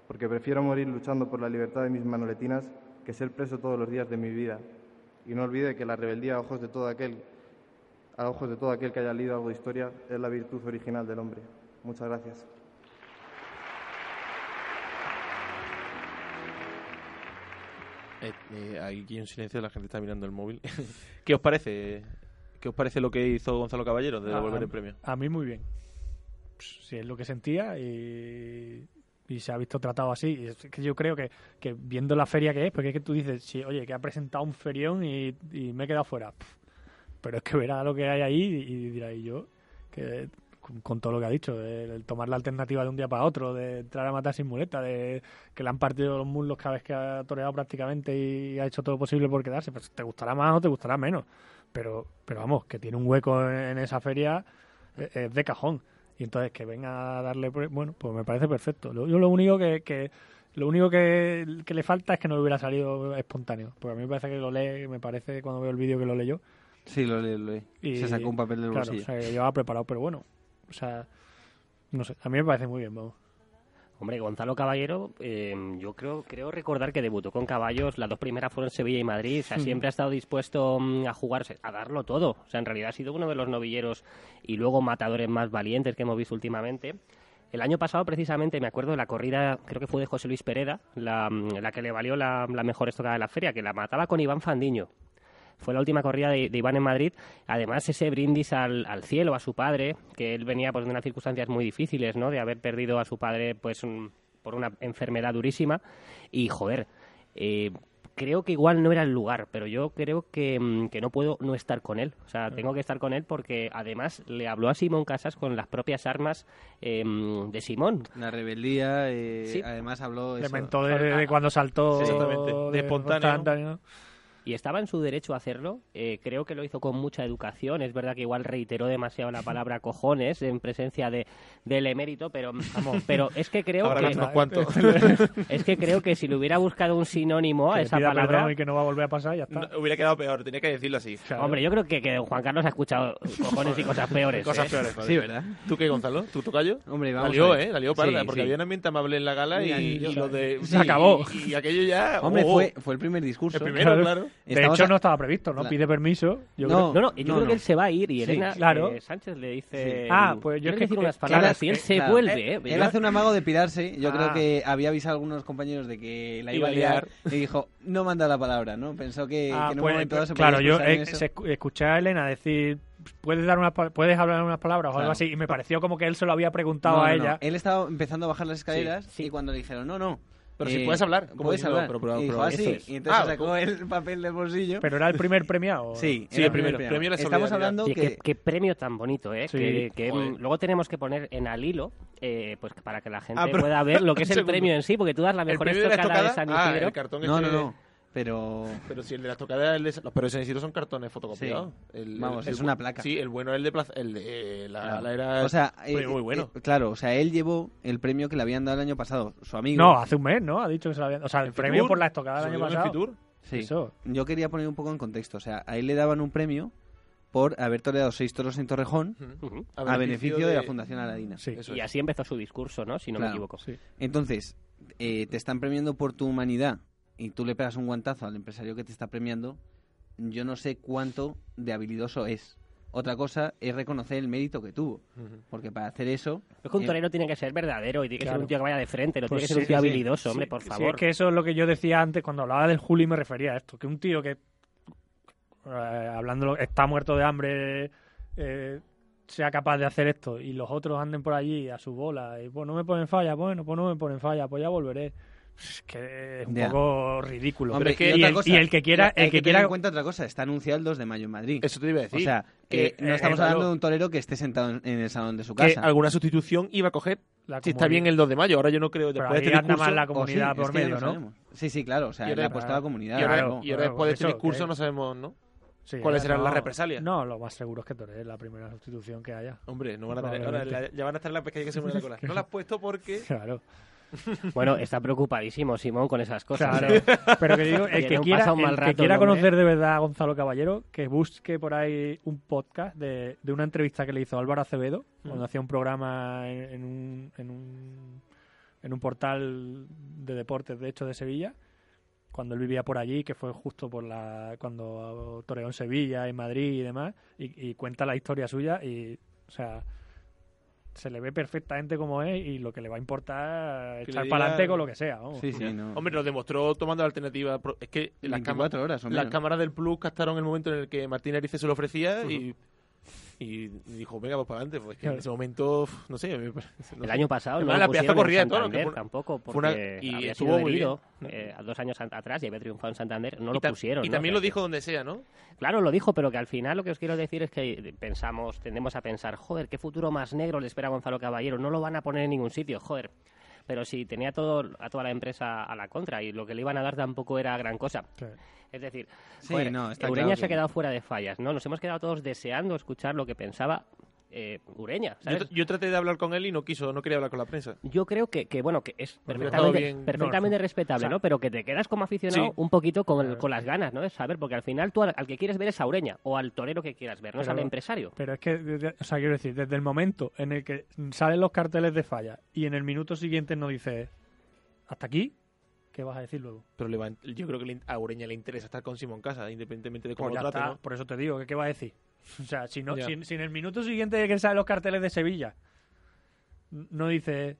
S17: porque prefiero morir luchando por la libertad de mis manoletinas que ser preso todos los días de mi vida. Y no olvide que la rebeldía a ojos de todo aquel, a ojos de todo aquel que haya leído algo de historia, es la virtud original del hombre. Muchas gracias.
S2: Eh, eh, aquí hay un silencio, la gente está mirando el móvil. [LAUGHS] ¿Qué os parece? ¿Qué os parece lo que hizo Gonzalo Caballero de
S5: Ah,
S3: A-
S2: devolver
S3: a-
S2: el premio?
S3: A mí muy bien. Si es lo que sentía y, y se ha visto tratado así. Y es que yo creo que, que viendo la feria que es, porque es que tú dices, sí, oye, que ha presentado un ferión y, y me he quedado fuera. Pff, Pero es que verá lo que hay ahí y, y dirá, y yo, que con, con todo lo que ha dicho, el, el tomar la alternativa de un día para otro, de entrar a matar sin muleta, de que le han partido los muslos cada vez que ha toreado prácticamente y ha hecho todo lo posible por quedarse, pues te gustará más o te gustará menos. Pero, pero vamos, que tiene un hueco en, en esa feria eh, es de cajón. Y entonces que venga a darle, pre- bueno, pues me parece perfecto. Lo- Yo lo único que, que- lo único que, que le falta es que no le hubiera salido espontáneo. Porque a mí me parece que lo lee, me parece cuando veo el vídeo que lo leyó.
S4: Sí, lo leí, lo leí.
S3: Y,
S4: Se sacó un papel del
S3: claro,
S4: bolsillo.
S3: O sea, que llevaba preparado, pero bueno. O sea, no sé, a mí me parece muy bien, vamos.
S5: Hombre, Gonzalo Caballero, eh, yo creo, creo recordar que debutó con caballos, las dos primeras fueron Sevilla y Madrid, o sea,
S3: Hmm.
S5: siempre ha estado dispuesto mm, a jugarse, a darlo todo. O sea, en realidad ha sido uno de los novilleros y luego matadores más valientes que hemos visto últimamente. El año pasado, precisamente, me acuerdo de la corrida, creo que fue de José Luis Pereda, la, mm, la que le valió la, la mejor estocada de la feria, que la mataba con Iván Fandiño. Fue la última corrida de, de Iván en Madrid. Además, ese brindis al, al cielo, a su padre, que él venía pues, de unas circunstancias muy difíciles, ¿no? De haber perdido a su padre pues, un- por una enfermedad durísima. Y, joder, eh, creo que igual no era el lugar, pero yo creo que, mm, que no puedo no estar con él. O sea, tengo que estar con él porque, además, le habló a Simón Casas con las propias armas eh, de Simón.
S4: La rebeldía, eh,
S5: Sí.
S4: además habló...
S5: Le
S4: eso.
S5: mentó
S3: De, de cuando saltó.
S5: Sí, exactamente. De espontáneo.
S3: espontáneo.
S5: y estaba en su derecho a hacerlo. Eh, creo que lo hizo con mucha educación. Es verdad que igual reiteró demasiado la palabra cojones en presencia de, del emérito, pero vamos, pero es que creo
S2: Habrá
S5: que eh,
S2: unos cuantos.
S5: [LAUGHS] es que creo que si le hubiera buscado un sinónimo a
S3: Que le
S5: esa
S3: pida
S5: palabra.
S3: perdón y que no va a volver a pasar, y ya está.
S2: [LAUGHS] No, hubiera quedado peor, tenía que decirlo así.
S5: Hombre, yo creo que, que Juan Carlos ha escuchado cojones y cosas peores.
S2: Cosas
S5: ¿eh?
S2: peores, vale. ¿Tú qué, Gonzalo? ¿Tú tocayo?
S4: Hombre,
S2: La
S4: vamos
S2: lió,
S4: a ver.
S2: ¿eh? La lió parda,
S4: Sí,
S2: porque
S4: sí.
S2: había un ambiente amable en la gala
S4: Mira,
S2: y,
S4: yo-
S2: y lo de...
S4: [LAUGHS] Sí.
S2: Se acabó. Y, y aquello ya...
S4: Hombre,
S2: oh, oh.
S4: fue, fue el primer discurso.
S2: El primero, Claro. claro.
S3: De
S4: Estamos
S3: hecho,
S4: a-
S3: no estaba previsto, ¿no?
S4: La-
S3: Pide permiso. Yo
S4: No,
S3: creo-
S5: No, no, yo creo que él se va a ir y
S3: Sí,
S5: Elena
S3: claro.
S5: eh, Sánchez le dice.
S3: Sí. Ah, pues yo
S5: quiero
S3: es que-
S5: decir unas
S3: que-
S5: palabras
S3: que-
S5: y él se
S4: Claro.
S5: vuelve. ¿eh?
S4: Él, él hace un amago de pirarse. Yo
S5: Ah.
S4: creo que había avisado a algunos compañeros de que la iba,
S5: Iba a liar.
S4: a liar. Y dijo, no manda la palabra, ¿no? Pensó que,
S3: Ah,
S4: que en un
S3: pues,
S4: momento dado se podía
S3: claro, yo
S4: expresar en
S3: eh,
S4: eso.
S3: se escu- escuché a Elena decir, puedes dar unas, pa- puedes hablar unas palabras o
S4: Claro.
S3: algo así, y me pareció como que él se lo había preguntado
S4: No,
S3: a
S4: no, no.
S3: ella.
S4: Él estaba empezando a bajar las escaleras y cuando le dijeron, no, no.
S2: Pero si puedes hablar, como
S4: puedes
S2: diciendo,
S4: hablar.
S2: pero- pero-
S4: y dijo,
S2: pero-
S4: "Ah, sí".
S2: eso es.
S4: Y entonces
S2: Ah,
S4: sacó
S2: ¿cómo?
S4: el papel del bolsillo.
S3: Pero era el primer premiado.
S4: [LAUGHS] Sí,
S2: Sí,
S4: era
S2: el primero. Premio a la
S4: Estamos
S2: solidaridad.
S4: hablando
S5: Oye,
S4: que...
S5: qué, qué premio tan bonito, ¿eh?
S3: Sí.
S5: que, que, mm,
S3: Joder.
S5: luego tenemos que poner en al hilo, eh, pues que para que la gente
S4: Ah, pero-
S5: pueda ver lo que es
S2: Un
S5: el
S2: segundo.
S5: premio en sí, porque tú das la
S2: ¿El
S5: mejor
S2: premio de la
S5: estocada de San
S2: estocada? Ah,
S5: Isidro.
S2: el cartón
S4: No,
S2: este-
S4: no, no. Pero...
S2: Pero si el de las tocadas, el de- los pero San Isidro son cartones fotocopiados.
S4: Sí.
S2: El-
S4: Vamos,
S2: el-
S4: es una placa.
S2: Sí, el bueno es el de plaza, el de eh, la,
S4: Claro.
S2: la era.
S4: O sea,
S2: muy,
S4: eh,
S2: muy
S4: eh,
S2: bueno.
S4: eh, claro, o sea, él llevó el premio que le habían dado el año pasado, su amigo.
S3: No, hace un mes, ¿no? Ha dicho que se lo habían... O sea, el premio
S2: Fitur,
S3: por la estocada del año
S2: subió en
S3: pasado.
S2: Fitur.
S4: Sí.
S3: Eso.
S4: Yo quería poner un poco en contexto, o sea, a él le daban un premio por haber toreado seis toros en Torrejón
S5: Ujú.
S4: a beneficio, de... la Fundación Aladina.
S5: y así empezó su discurso, ¿no? Si no me
S4: Claro.
S5: equivoco.
S4: Entonces, eh, te están premiando por tu humanidad y tú le pegas un guantazo al empresario que te está premiando, yo no sé cuánto de habilidoso es. Otra cosa es reconocer el mérito que tuvo,
S5: Ujú.
S4: porque para hacer eso...
S5: Es que un
S4: eh,
S5: torero tiene que ser verdadero y tiene que ser
S4: Claro.
S5: un tío que vaya de frente, no
S4: Pues
S5: tiene que ser
S4: sí,
S5: un tío
S4: sí, sí.
S5: habilidoso, hombre, por
S3: Sí,
S5: favor.
S3: es que eso es lo que yo decía antes cuando hablaba del Juli, me refería a esto, que un tío que, eh, hablándolo, está muerto de hambre, eh, sea capaz de hacer esto y los otros anden por allí a su bola y pues no me ponen falla, bueno, pues no me ponen falla, pues ya volveré. Es que es un
S4: Ya.
S3: poco ridículo.
S4: Hombre,
S3: y,
S4: otra
S3: el,
S4: cosa,
S3: y el que quiera,
S4: hay
S3: el que
S4: tener en
S3: quiera
S4: cuenta otra cosa, está anunciado el 2 de mayo en Madrid.
S2: Eso te iba a decir.
S4: O sea,
S2: Que,
S4: eh, no
S2: eh,
S4: estamos
S2: claro.
S4: hablando de un torero que esté sentado en, en el salón de su
S2: Que
S4: casa.
S2: alguna sustitución iba a coger.
S3: La
S2: Si está Ah, bien el 2 de mayo, ahora yo no creo. Después de este discurso,
S4: O sí, es que ya lo sabemos. Sí, sí, claro, o sea,
S2: Y ahora-
S4: le apostaba a comunidad.
S2: Y ahora,
S4: claro.
S2: y ahora después de este
S3: eso,
S2: discurso
S3: que-
S2: no sabemos, ¿no?
S3: Sí,
S2: ¿Cuáles
S3: ya
S2: serán
S3: no.
S2: las represalias?
S3: No, lo más seguro es que Toré es la primera sustitución que haya. [LAUGHS]
S2: Hombre, no van a tener- ahora la- ya van a estar en la pescadilla que se muere la cola. No la has puesto porque.
S3: Claro.
S5: Bueno, está preocupadísimo Simón con esas cosas.
S3: Claro.
S5: ¿eh?
S3: Pero que digo, el
S5: Tiene
S3: que
S5: un-
S3: quiera,
S5: pasa un mal
S3: el que
S5: rato el
S3: quiera
S5: hombre.
S3: conocer de verdad a Gonzalo Caballero, que busque por ahí un podcast de, de una entrevista que le hizo Álvaro Acevedo,
S2: Mm.
S3: cuando hacía un programa en, en un, en, un, en un portal de deportes, de hecho, de Sevilla, cuando él vivía por allí, que fue justo por la cuando toreó en Sevilla, en Madrid y demás, y, y cuenta la historia suya y, o sea... Se le ve perfectamente como es y lo que le va a importar es
S2: Que le
S3: echar
S2: diga-
S3: para adelante con lo que sea. vamos.
S2: Hombre, lo demostró tomando la alternativa. pro- Es que las,
S4: 24
S2: cámaras-
S4: horas ¿eh? o
S2: las
S4: menos.
S2: cámaras del Plus captaron el momento en el que Martín Arice se lo ofrecía y, y dijo, venga, pues para adelante. Pues es que en
S5: Claro.
S2: ese momento, uf, no sé. a mí me parece- no
S5: El
S2: sé.
S5: año pasado no
S2: Además,
S5: lo
S2: la pieza
S5: pusieron
S2: corría
S5: en
S2: todo.
S5: Santander
S2: que fue-
S5: tampoco
S2: fue una-
S5: porque
S2: y
S5: había
S2: estuvo
S5: sido
S2: muy
S5: herido
S2: bien.
S5: eh, dos años an- atrás y había triunfado en Santander. No
S2: Y
S5: lo
S2: ta-
S5: pusieron.
S2: Y
S5: ¿no?
S2: también
S5: O
S2: lo
S5: sea que-
S2: dijo donde sea, ¿no?
S5: Claro, lo dijo, pero que al final lo que os quiero decir es que pensamos, tendemos a pensar, joder, qué futuro más negro le espera a Gonzalo Caballero, no lo van a poner en ningún sitio, joder. Pero si tenía todo, a toda la empresa a la contra y lo que le iban a dar tampoco era gran cosa. Es decir,
S4: Sí,
S5: joder,
S4: no, está
S5: Ureña
S4: claro
S5: se ha
S4: que-
S5: quedado fuera de fallas, ¿no? Nos hemos quedado todos deseando escuchar lo que pensaba eh, Ureña,
S2: Yo,
S5: ¿sabes?
S2: tr- yo traté de hablar con él y no quiso, no quería hablar con la prensa.
S5: Yo creo que, que, bueno, que es
S2: Pues hubiera estado
S5: perfectamente,
S2: bien-
S5: perfectamente
S2: no, no.
S5: respetable,
S2: O sea,
S5: ¿no? Pero que te quedas como aficionado
S2: Sí.
S5: un poquito con, el- con las ganas, ¿no? De saber, porque al final tú al, al que quieres ver es a Ureña o al torero que quieras ver, no es
S3: Pero-
S5: al empresario.
S3: Pero es que, desde- o sea, quiero decir, desde el momento en el que salen los carteles de falla y en el minuto siguiente nos dice hasta aquí, ¿qué vas a decir luego?
S2: Pero le va- yo creo que le- a Ureña le interesa estar con Simón Casa, independientemente de cómo
S3: Pues ya
S2: lo trate.
S3: está,
S2: ¿no?
S3: por eso te digo, que ¿qué vas a decir? [LAUGHS] O sea, si, no,
S2: Ya.
S3: si, si en el minuto siguiente de que salen los carteles de Sevilla n- no dice...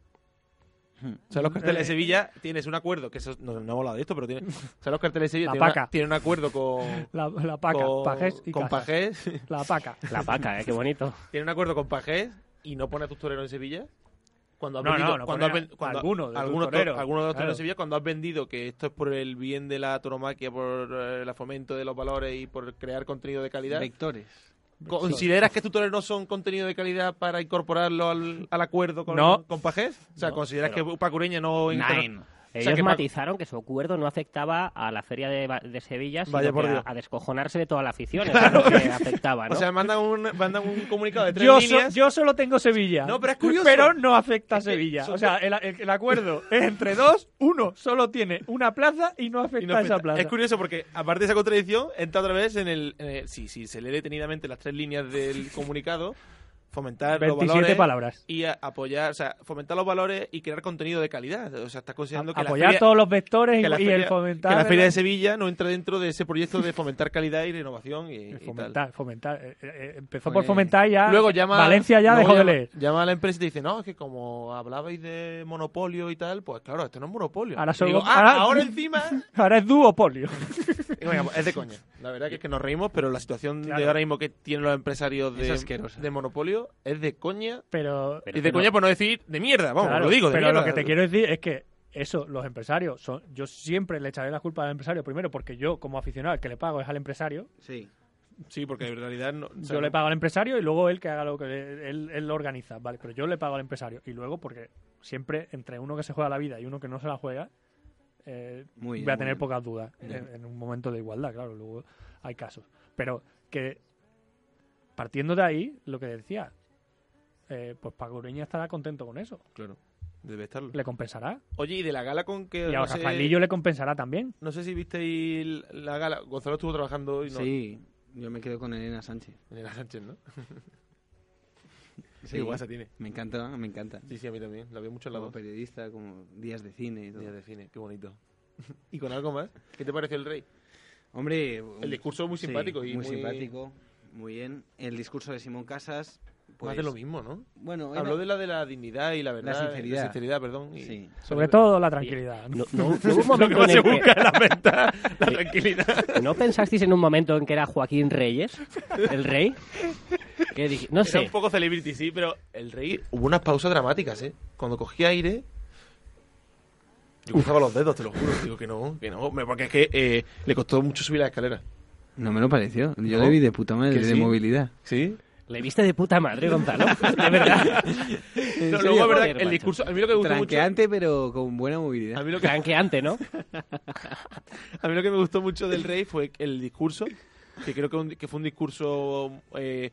S2: O sea, los carteles de
S3: Eh,
S2: Sevilla tienes un acuerdo, que eso, no, no he hablado de esto, pero tiene, o sea, los carteles de Sevilla
S3: La
S2: tienen, una-
S3: paca.
S2: tienen un acuerdo con
S3: La, la [LAUGHS] paca,
S2: con,
S3: pajés y
S2: con
S3: cajas.
S2: Pajés,
S3: La paca.
S5: La paca, ¿eh?
S2: [LAUGHS]
S5: Qué bonito.
S2: tienen un acuerdo con Pajés y no pone a tus toreros en Sevilla. Cuando has
S3: No,
S2: vendido,
S3: no, no
S2: cuando has
S3: pone
S2: ven-
S3: a-
S2: cuando-
S3: alguno de tus
S2: algunos,
S3: toreros,
S2: to- algunos de los toreros
S3: claro.
S2: en Sevilla, cuando has vendido que esto es por el bien de la toromaquia, por eh, el fomento de los valores y por crear contenido de calidad.
S4: Vectores.
S2: ¿Consideras que tus toreros no son contenido de calidad para incorporarlo al, al acuerdo con,
S5: No.
S2: con Pajés? O sea,
S5: No,
S2: ¿consideras
S5: pero-
S2: que Pacureña no...
S5: Nine.
S2: O
S5: Ellos
S2: sea, que Paco-
S5: matizaron que su acuerdo no afectaba a la feria de, Ba- de Sevilla, sino
S2: Vaya
S5: que
S2: por
S5: a,
S2: Dios.
S5: a descojonarse de toda la afición. eso es lo que afectaba,
S2: [LAUGHS]
S5: ¿no?
S2: O sea, mandan un, mandan un comunicado [LAUGHS] de tres
S3: Ah, Yo, so-
S2: líneas.
S3: yo solo tengo Sevilla.
S2: No, pero es curioso.
S3: Pero no afecta a
S2: Es que
S3: Sevilla.
S2: son
S3: O sea,
S2: dos-
S3: el, el- el acuerdo [LAUGHS] es entre dos, uno solo tiene una plaza y no afecta
S2: y no
S3: a
S2: afecta.
S3: esa plaza.
S2: Es curioso porque, aparte de esa contradicción, entra otra vez en el... en el- sí, sí, se lee detenidamente las tres líneas
S3: [LAUGHS]
S2: del comunicado. Fomentar los
S3: 27
S2: valores
S3: palabras.
S2: y a- apoyar, o sea, fomentar los valores y crear contenido de calidad. O sea, estás considerando que la
S3: apoyar
S2: feria-
S3: todos los vectores y,
S2: que la
S3: y
S2: feria-
S3: el fomentar.
S2: que la feria
S3: ¿verdad?
S2: de Sevilla no entra dentro de ese proyecto de fomentar calidad y la innovación y, y tal.
S3: Fomentar, fomentar. Eh, eh, empezó por
S2: Pues,
S3: fomentar ya.
S2: Luego llama,
S3: Valencia ya
S2: luego
S3: dejó de
S2: llama-
S3: leer.
S2: Llama a la empresa y te dice, no, es que como hablabais de monopolio y tal, pues claro, esto no es monopolio.
S3: Ahora
S2: Y
S3: solo-
S2: digo, "Ah, ahora,
S3: ahora- [LAUGHS]
S2: encima...
S3: Ahora es duopolio. [LAUGHS]
S2: Y venga, pues, es de coña. La verdad que es que nos reímos, pero la situación de ahora mismo que tienen los empresarios
S4: Es
S2: de,
S4: asquerosa.
S2: de monopolio es de coña.
S3: Pero.
S2: y de coña por no decir de mierda, vamos,
S3: Claro,
S2: lo digo, de
S3: pero
S2: mierda.
S3: lo que te quiero decir es que eso, los empresarios, son, yo siempre le echaré la culpa al empresario primero, porque yo, como aficionado, el que le pago es al empresario.
S4: Sí.
S2: Sí, porque en realidad no... o sea,
S3: yo
S2: no-
S3: le pago al empresario y luego él que haga lo que le- él, él lo organiza, vale, pero yo le pago al empresario y luego porque siempre entre uno que se juega la vida y uno que no se la juega eh,
S4: Muy bien,
S3: voy a
S4: muy
S3: tener
S4: bien.
S3: pocas dudas
S4: Ya.
S3: en, en un momento de igualdad, claro, luego hay casos, pero que partiendo de ahí lo que decía, eh, pues Paco Ureña estará contento con eso,
S2: Claro, debe estarlo.
S3: le compensará
S2: Oye, y de la gala con que...
S3: y a
S2: no sé-
S3: Rafaelillo le compensará también.
S2: No sé si visteis la gala. Gonzalo estuvo trabajando hoy, ¿no?
S4: Sí, yo me quedo con Elena Sánchez.
S2: Elena Sánchez, ¿no?
S4: Sí,
S2: Qué guasa tiene.
S4: Me encanta, me encanta.
S2: Sí, sí, a mí también. La veo mucho en la
S4: Como
S2: voz.
S4: periodista, como días de cine y todo.
S2: Días de cine, qué bonito. [LAUGHS] ¿Y con algo más? ¿Qué te pareció el rey?
S4: Hombre,
S2: El discurso muy
S4: sí,
S2: simpático y
S4: muy
S2: muy-
S4: simpático, muy bien. El discurso de Simón Casas, pues,
S2: Más de lo mismo, ¿no?
S4: Bueno,
S2: Habló
S4: era-
S2: de la de la dignidad y la verdad. eh,
S4: sinceridad.
S2: sinceridad, perdón. y-
S4: Sí.
S3: Sobre todo la
S2: [LAUGHS]
S3: tranquilidad. [LAUGHS]
S5: No, no- no hubo un
S2: Lo que
S5: momento
S2: más
S5: en
S2: se
S5: el que-
S2: busca es la venta, la tranquilidad.
S5: ¿No pensasteis en un momento en que era Joaquín Reyes, el rey? Que dije- no
S2: Era
S5: sé.
S2: un poco celebrity, sí, pero el rey hubo unas pausas dramáticas, ¿eh? Cuando cogí aire, yo cruzaba los dedos, te lo juro. Digo que no, que no. me- Porque es que eh, le costó mucho subir la escalera.
S4: No me lo pareció. Yo
S2: ¿No?
S4: le vi de puta madre,
S2: ¿Que
S4: de
S2: sí?
S4: movilidad.
S2: ¿Sí?
S5: Le viste de puta madre, Gonzalo. De
S2: [LAUGHS]
S5: verdad.
S2: No,
S4: serio?
S2: luego, es verdad,
S5: Joder,
S2: el
S5: macho.
S2: discurso. A mí lo que me gustó mucho.
S4: Tranqueante, pero con buena movilidad.
S2: A mí, lo que,
S5: Tranqueante, ¿no?
S2: a mí lo que me gustó mucho del rey fue el discurso que creo que, un- que fue un discurso, eh,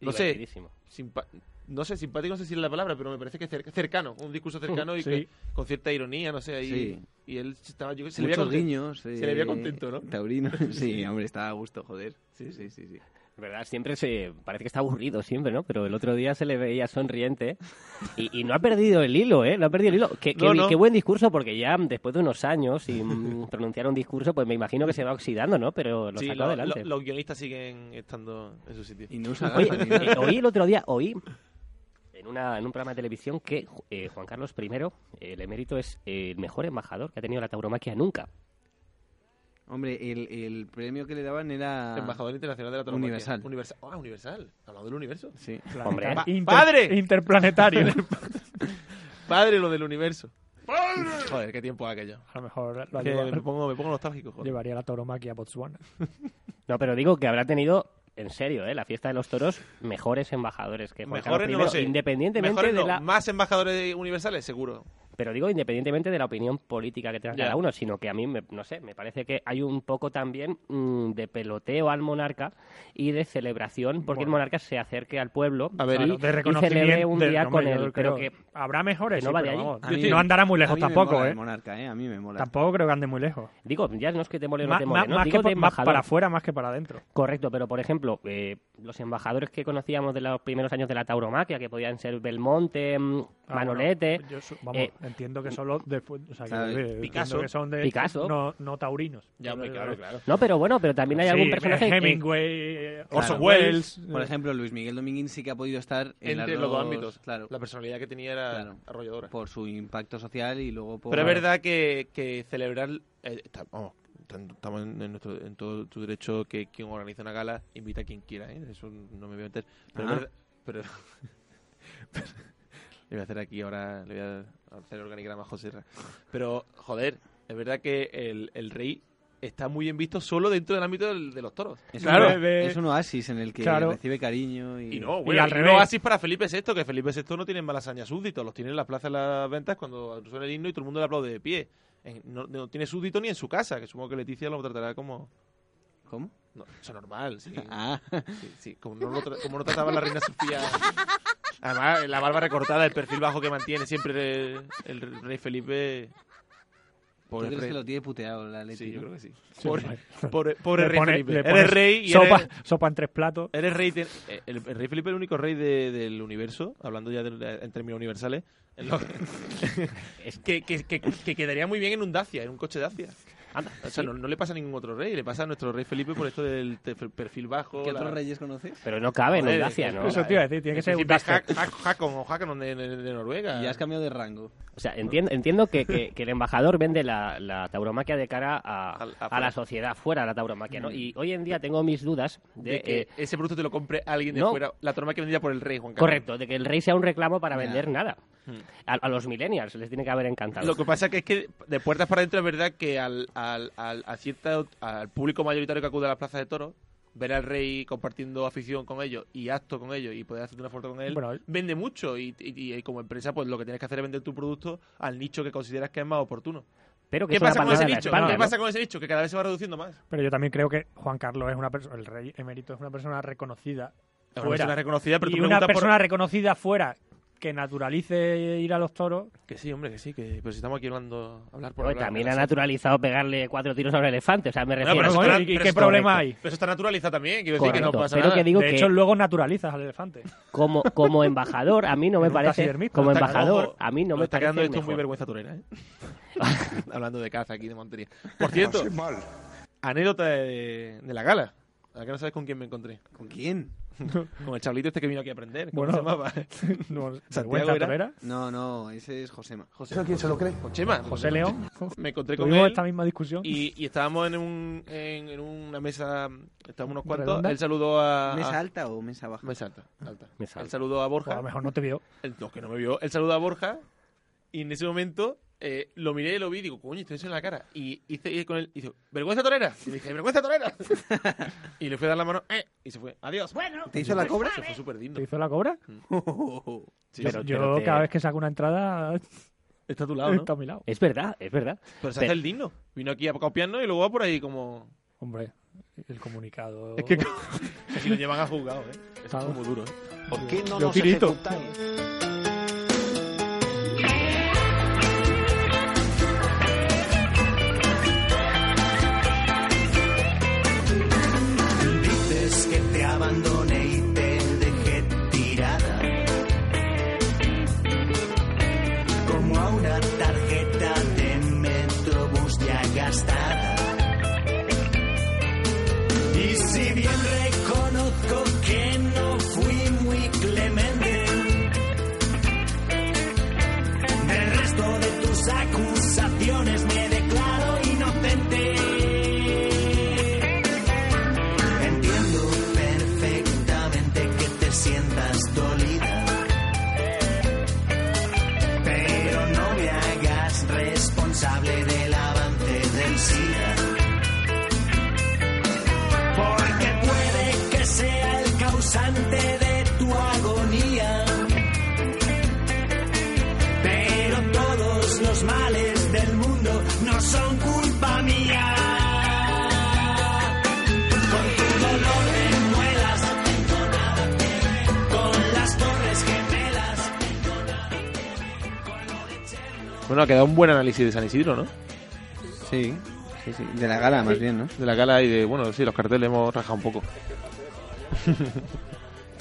S2: no sé,
S5: Divertidísimo.
S2: simpa- no sé, simpático, no sé si es la palabra, pero me parece que cer- cercano, un discurso cercano y
S4: Sí.
S2: que- con cierta ironía, no sé, ahí,
S4: Sí.
S2: y él estaba, yo, se, le veía
S4: Muchos
S2: contento,
S4: guiños.
S2: se le veía
S4: eh,
S2: contento, ¿no?
S4: Taurino.
S2: [LAUGHS]
S4: Sí, hombre, estaba a gusto, joder. Sí, sí, sí. sí.
S5: ¿Verdad? Siempre se. Parece que está aburrido, siempre, ¿no? Pero el otro día se le veía sonriente. Y, y no ha perdido el hilo, ¿eh? No ha perdido el hilo. Qué, qué-
S18: No, no.
S5: qué buen discurso, porque ya después de unos años sin pronunciar un discurso, pues me imagino que se va oxidando, ¿no? Pero lo
S2: Sí,
S5: sacó
S2: lo-
S5: adelante.
S2: lo- los guionistas siguen estando en su sitio.
S4: Y no
S5: Oye, eh, oí el otro día, oí en, una, en un programa de televisión que ju- eh, Juan Carlos I, el emérito, es eh, el mejor embajador que ha tenido la tauromaquia nunca.
S4: Hombre, el, el premio que le daban era.
S2: Embajador internacional de la tauromaquia.
S4: Universal.
S2: Universal. Ah, universal. Hablando del universo.
S4: Sí.
S2: Planeta-
S4: Hombre.
S2: Pa-
S4: Inter-
S2: padre.
S3: interplanetario.
S2: padre lo del universo. Joder, qué tiempo aquello.
S3: A lo mejor lo
S2: Que
S3: lleva-
S2: me pongo, me pongo nostálgico, joder.
S3: Llevaría la tauromaquia a Botswana.
S5: No, pero digo que habrá tenido, en serio, ¿eh? la fiesta de los toros, mejores embajadores que Juan
S2: Mejores no
S5: Carlos I,
S2: lo sé.
S5: independientemente
S2: Mejores
S5: de
S2: no,
S5: la...
S2: Más embajadores universales, seguro.
S5: Pero digo, independientemente de la opinión política que tenga
S2: Ya.
S5: cada uno, sino que a mí, me- no sé, me parece que hay un poco también mm, de peloteo al monarca y de celebración, porque el monarca se acerque al pueblo
S3: A ver,
S5: y,
S3: claro, de
S5: y celebre
S3: reconocimiento-
S5: un
S3: de-
S5: día
S3: hombre,
S5: con
S3: yo
S5: él.
S3: creo-
S5: Pero que
S3: habrá mejores,
S5: que no
S3: sí,
S5: va
S3: pero
S5: de ahí.
S3: vamos, yo estoy- no andará muy lejos
S4: a mí me
S3: tampoco,
S4: mola el
S3: ¿eh?
S4: monarca, ¿eh? A mí me mola.
S3: Tampoco creo que ande muy lejos.
S5: Digo, ya no es que te mole o no
S3: Más-
S5: te mole,
S3: más-
S5: ¿eh? ¿no?
S3: más
S5: Digo
S3: que
S5: de
S3: por- más
S5: embajador.
S3: para afuera, más que para adentro.
S5: Correcto, pero por ejemplo, eh, los embajadores que conocíamos de los primeros años de la tauromaquia, que podían ser Belmonte, mm,
S3: Ah,
S5: Manolete,
S3: bueno, yo su- vamos,
S5: eh,
S3: entiendo que son los de, fu- o sea, que-
S5: ¿sabes?
S3: eh, entiendo
S5: Picasso.
S3: que son de
S5: Picasso.
S3: No, no taurinos.
S2: Ya,
S3: muy
S2: claro, claro.
S5: No, pero bueno, pero también hay algún personaje que-
S3: Hemingway, eh,
S4: Claro.
S3: Orson Welles,
S4: Por ejemplo, Luis Miguel Dominguín sí que ha podido estar en
S2: Entre los
S4: las
S2: dos
S4: dos-
S2: ámbitos.
S4: Claro.
S2: La personalidad que tenía era
S4: Claro.
S2: arrolladora.
S4: Por su impacto social y luego por.
S2: Pero es verdad que, que celebrar. eh, está- vamos, tan- estamos en, en nuestro- en todo tu derecho que quien organiza una gala invita a quien quiera, ¿eh? Eso no me voy a meter. Pero, es
S4: Ah.
S2: verdad- pero, [LAUGHS] pero- le voy a hacer aquí ahora. Le voy a hacer organigrama a José. Ra. Pero, joder, es verdad que el, el rey está muy bien visto solo dentro del ámbito del- de los toros.
S4: Es,
S3: Claro.
S4: un, es un oasis en el que
S3: Claro.
S4: recibe cariño y.
S2: Y no, bueno,
S3: al
S2: y
S3: revés.
S2: no así para Felipe VI, que Felipe VI no tiene malas hazañas súbditos, los tiene en las plazas de las ventas cuando suena el himno y todo el mundo le aplaude de pie. En- no, no tiene súbdito ni en su casa, que supongo que Leticia lo tratará como...
S4: ¿Cómo?
S2: No, eso es normal, sí.
S4: Ah. [LAUGHS]
S2: Sí, sí, Como, no lo tra- como no trataba la reina Sofía... Además, la barba recortada, el perfil bajo que mantiene siempre el, el rey Felipe...
S4: ¿Tú
S2: Pobre
S4: crees
S2: rey.
S4: que lo tiene puteado la Leti?
S2: Sí, yo
S4: no?
S2: creo que sí.
S3: Sí,
S2: Pobre,
S3: hombre.
S2: pobre- pobre
S3: eh, Le
S2: rey
S3: pone-
S2: Felipe.
S3: le
S2: Eres
S3: pone
S2: rey y
S3: sopa,
S2: eres-
S3: sopa en tres platos.
S2: Eres rey. te- eh, el, el rey Felipe es el único rey de- del universo, hablando ya de la- en términos universales, en lo- que, que- que- que quedaría muy bien en un Dacia, en un coche Dacia. o sea,
S5: sí.
S2: no, no le pasa a ningún otro rey, le pasa a nuestro rey Felipe por esto del te- perfil bajo.
S4: ¿Qué
S2: la-
S4: otros reyes conoces?
S5: Pero no cabe en
S2: Joder,
S5: un Dacia, [LAUGHS] ¿no?
S3: Eso te iba a decir, tiene que
S2: el
S3: ser un
S2: príncipe
S3: Duster.
S2: Ja- Ja- Hakon o Hakon de, de- de Noruega.
S4: Y has cambiado de rango.
S5: O sea, entiendo, entiendo que, que- que el embajador vende la, la tauromaquia de cara a,
S2: [LAUGHS] Al-
S5: a
S2: afuera.
S5: la sociedad, fuera de la tauromaquia,
S2: Mm.
S5: ¿no? Y hoy en día tengo mis dudas de,
S2: de, que
S5: eh,
S2: ese producto te lo compre alguien de
S5: no.
S2: fuera. La toma que vendía por el rey, Juan Carlos.
S5: correcto, de que el rey sea un reclamo para
S4: Ya.
S5: vender nada. A, a los millennials les tiene que haber encantado.
S2: Lo que pasa que es que de puertas para adentro es verdad que al, al, al, a cierta- al público mayoritario que acude a las plazas de toros, ver al rey compartiendo afición con ellos y acto con ellos y poder hacerte una foto con él,
S3: Bueno,
S2: vende mucho y, y- y como empresa pues lo que tienes que hacer es vender tu producto al nicho que consideras que es más oportuno.
S5: Pero que
S2: ¿Qué
S5: es una
S2: pasa con ese
S5: palmada en la
S2: nicho?
S5: espalda,
S2: ¿Qué
S5: ¿no?
S2: pasa con ese nicho? Que cada vez se va reduciendo más.
S3: Pero yo también creo que Juan Carlos es una persona, el rey emérito es una persona reconocida.
S2: Es una
S3: fuera.
S2: persona reconocida, pero
S3: y
S2: tú
S3: una
S2: preguntas por-
S3: persona reconocida fuera que naturalice ir a los toros.
S2: Que sí, hombre, que sí, que pero si estamos aquí hablando hablar por
S5: Oye,
S2: hablar,
S5: también
S2: que
S5: ha
S2: sí.
S5: naturalizado pegarle cuatro tiros a un elefante, o sea, me
S2: No,
S5: refiero...
S2: pero eso
S3: Bueno,
S2: está-
S3: ¿y- y
S2: pero
S3: qué
S2: eso-
S3: problema hay?
S2: Pero eso está naturalizado también, quiero decir que
S5: Correcto,
S2: no pasa
S5: pero
S2: nada.
S5: que digo
S3: de hecho, luego naturalizas al elefante.
S5: como,
S2: [LAUGHS]
S5: como embajador, a mí no me
S3: Un
S5: parece...
S3: taxidermista.
S5: Como
S3: Está-
S5: embajador,
S2: ojo,
S5: a mí no
S2: nos
S5: me
S2: está
S5: parece
S2: quedando
S5: el
S2: esto muy
S5: mejor.
S2: vergüenza torera, ¿eh?
S5: [LAUGHS]
S2: Hablando de caza aquí de Montería. Por
S4: [LAUGHS]
S2: cierto, anécdota de, de la gala. Ahora que no sabes con quién me encontré.
S4: ¿Con quién?
S2: Con el chablito este que vino aquí a aprender. ¿Cómo
S3: Bueno.
S2: se [LAUGHS] llamaba?
S3: [LAUGHS] No,
S2: Santiago
S3: vergüenza
S2: era-
S3: torera.
S4: No, no, ese es Josema.
S2: José, quién se lo cree? Chema.
S3: José [LAUGHS] León.
S2: Me encontré con
S3: Tuvimos
S2: él
S3: esta misma discusión.
S2: y, y estábamos en, un, en, en una mesa, estábamos unos cuantos.
S3: ¿Redonda?
S2: Él saludó a...
S4: ¿Mesa
S2: a-
S4: alta o mesa baja?
S2: Mesa alta, alta.
S5: Mesa
S2: Él
S5: alta.
S2: saludó a
S3: O pues, a
S2: Borja.
S3: lo mejor no te vio.
S2: El no, que no me vio. Él saludó a Borja y en ese momento eh, lo miré y lo vi y digo, coño, estoy en la cara. Y hice y con él, y dice, ¿vergüenza torera? Y le dije, ¿vergüenza torera? y le fui a dar la mano eh, y se fue, adiós. Bueno,
S4: ¿Te hizo la cobra?
S2: Se fue súper digno.
S3: ¿Te hizo la cobra?
S2: [LAUGHS] Sí,
S5: Pero-
S2: sí.
S3: yo
S5: pero te-
S3: cada vez que saco una entrada
S2: Está a tu lado,
S3: [LAUGHS]
S2: ¿no?
S3: está a mi lado.
S5: Es verdad, es verdad.
S2: Pero se hace el digno. Vino aquí a copiarnos y luego va por ahí como...
S3: Hombre, el comunicado.
S2: Es que- que si lo llevan a juzgado, ¿eh? Eso es muy duro, ¿eh?
S19: ¿Por qué no
S2: Yo
S19: nos
S2: tirito.
S19: ejecutáis?
S20: Dices que te abandoné y te dejé tirada. Como a una tarjeta de Metrobús ya gastada. Y si bien reconozco que no fui muy clemente, del resto de tus acusaciones me declaro inocente. Entiendo perfectamente que te sientas dolida. Pero no me hagas responsable del avance del SIDA. Porque puede que sea el causante de tu agonía. Pero todos los males del mundo no son culpa mía. Con tu dolor de muelas, con las torres gemelas.
S2: Bueno, ha quedado un buen análisis de San Isidro, ¿no?
S4: Sí, sí, sí. De la gala, más bien, ¿no?
S2: De la gala y de, bueno, sí, los carteles hemos rajado un poco.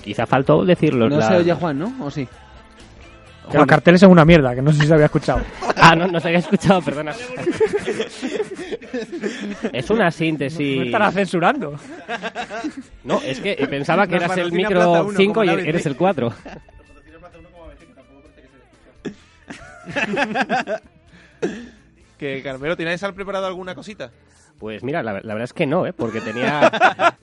S5: Quizá faltó decirlo.
S4: No
S5: la-
S4: se oye Juan, ¿no? ¿O sí?
S3: Que los carteles son una mierda, que no sé si se había escuchado.
S5: Ah, no, no se había escuchado, perdona. Es una síntesis.
S3: No, no estará censurando.
S5: No, es que pensaba que
S3: Nos
S5: eras el
S3: patrocina
S5: micro
S3: Plaza Uno,
S5: 5
S3: como
S5: y
S3: la ABC.
S5: eres el 4.
S2: Que Carmelo, ¿tenéis al preparado alguna cosita?
S5: Pues mira, la, la verdad es que no, ¿eh? porque tenía.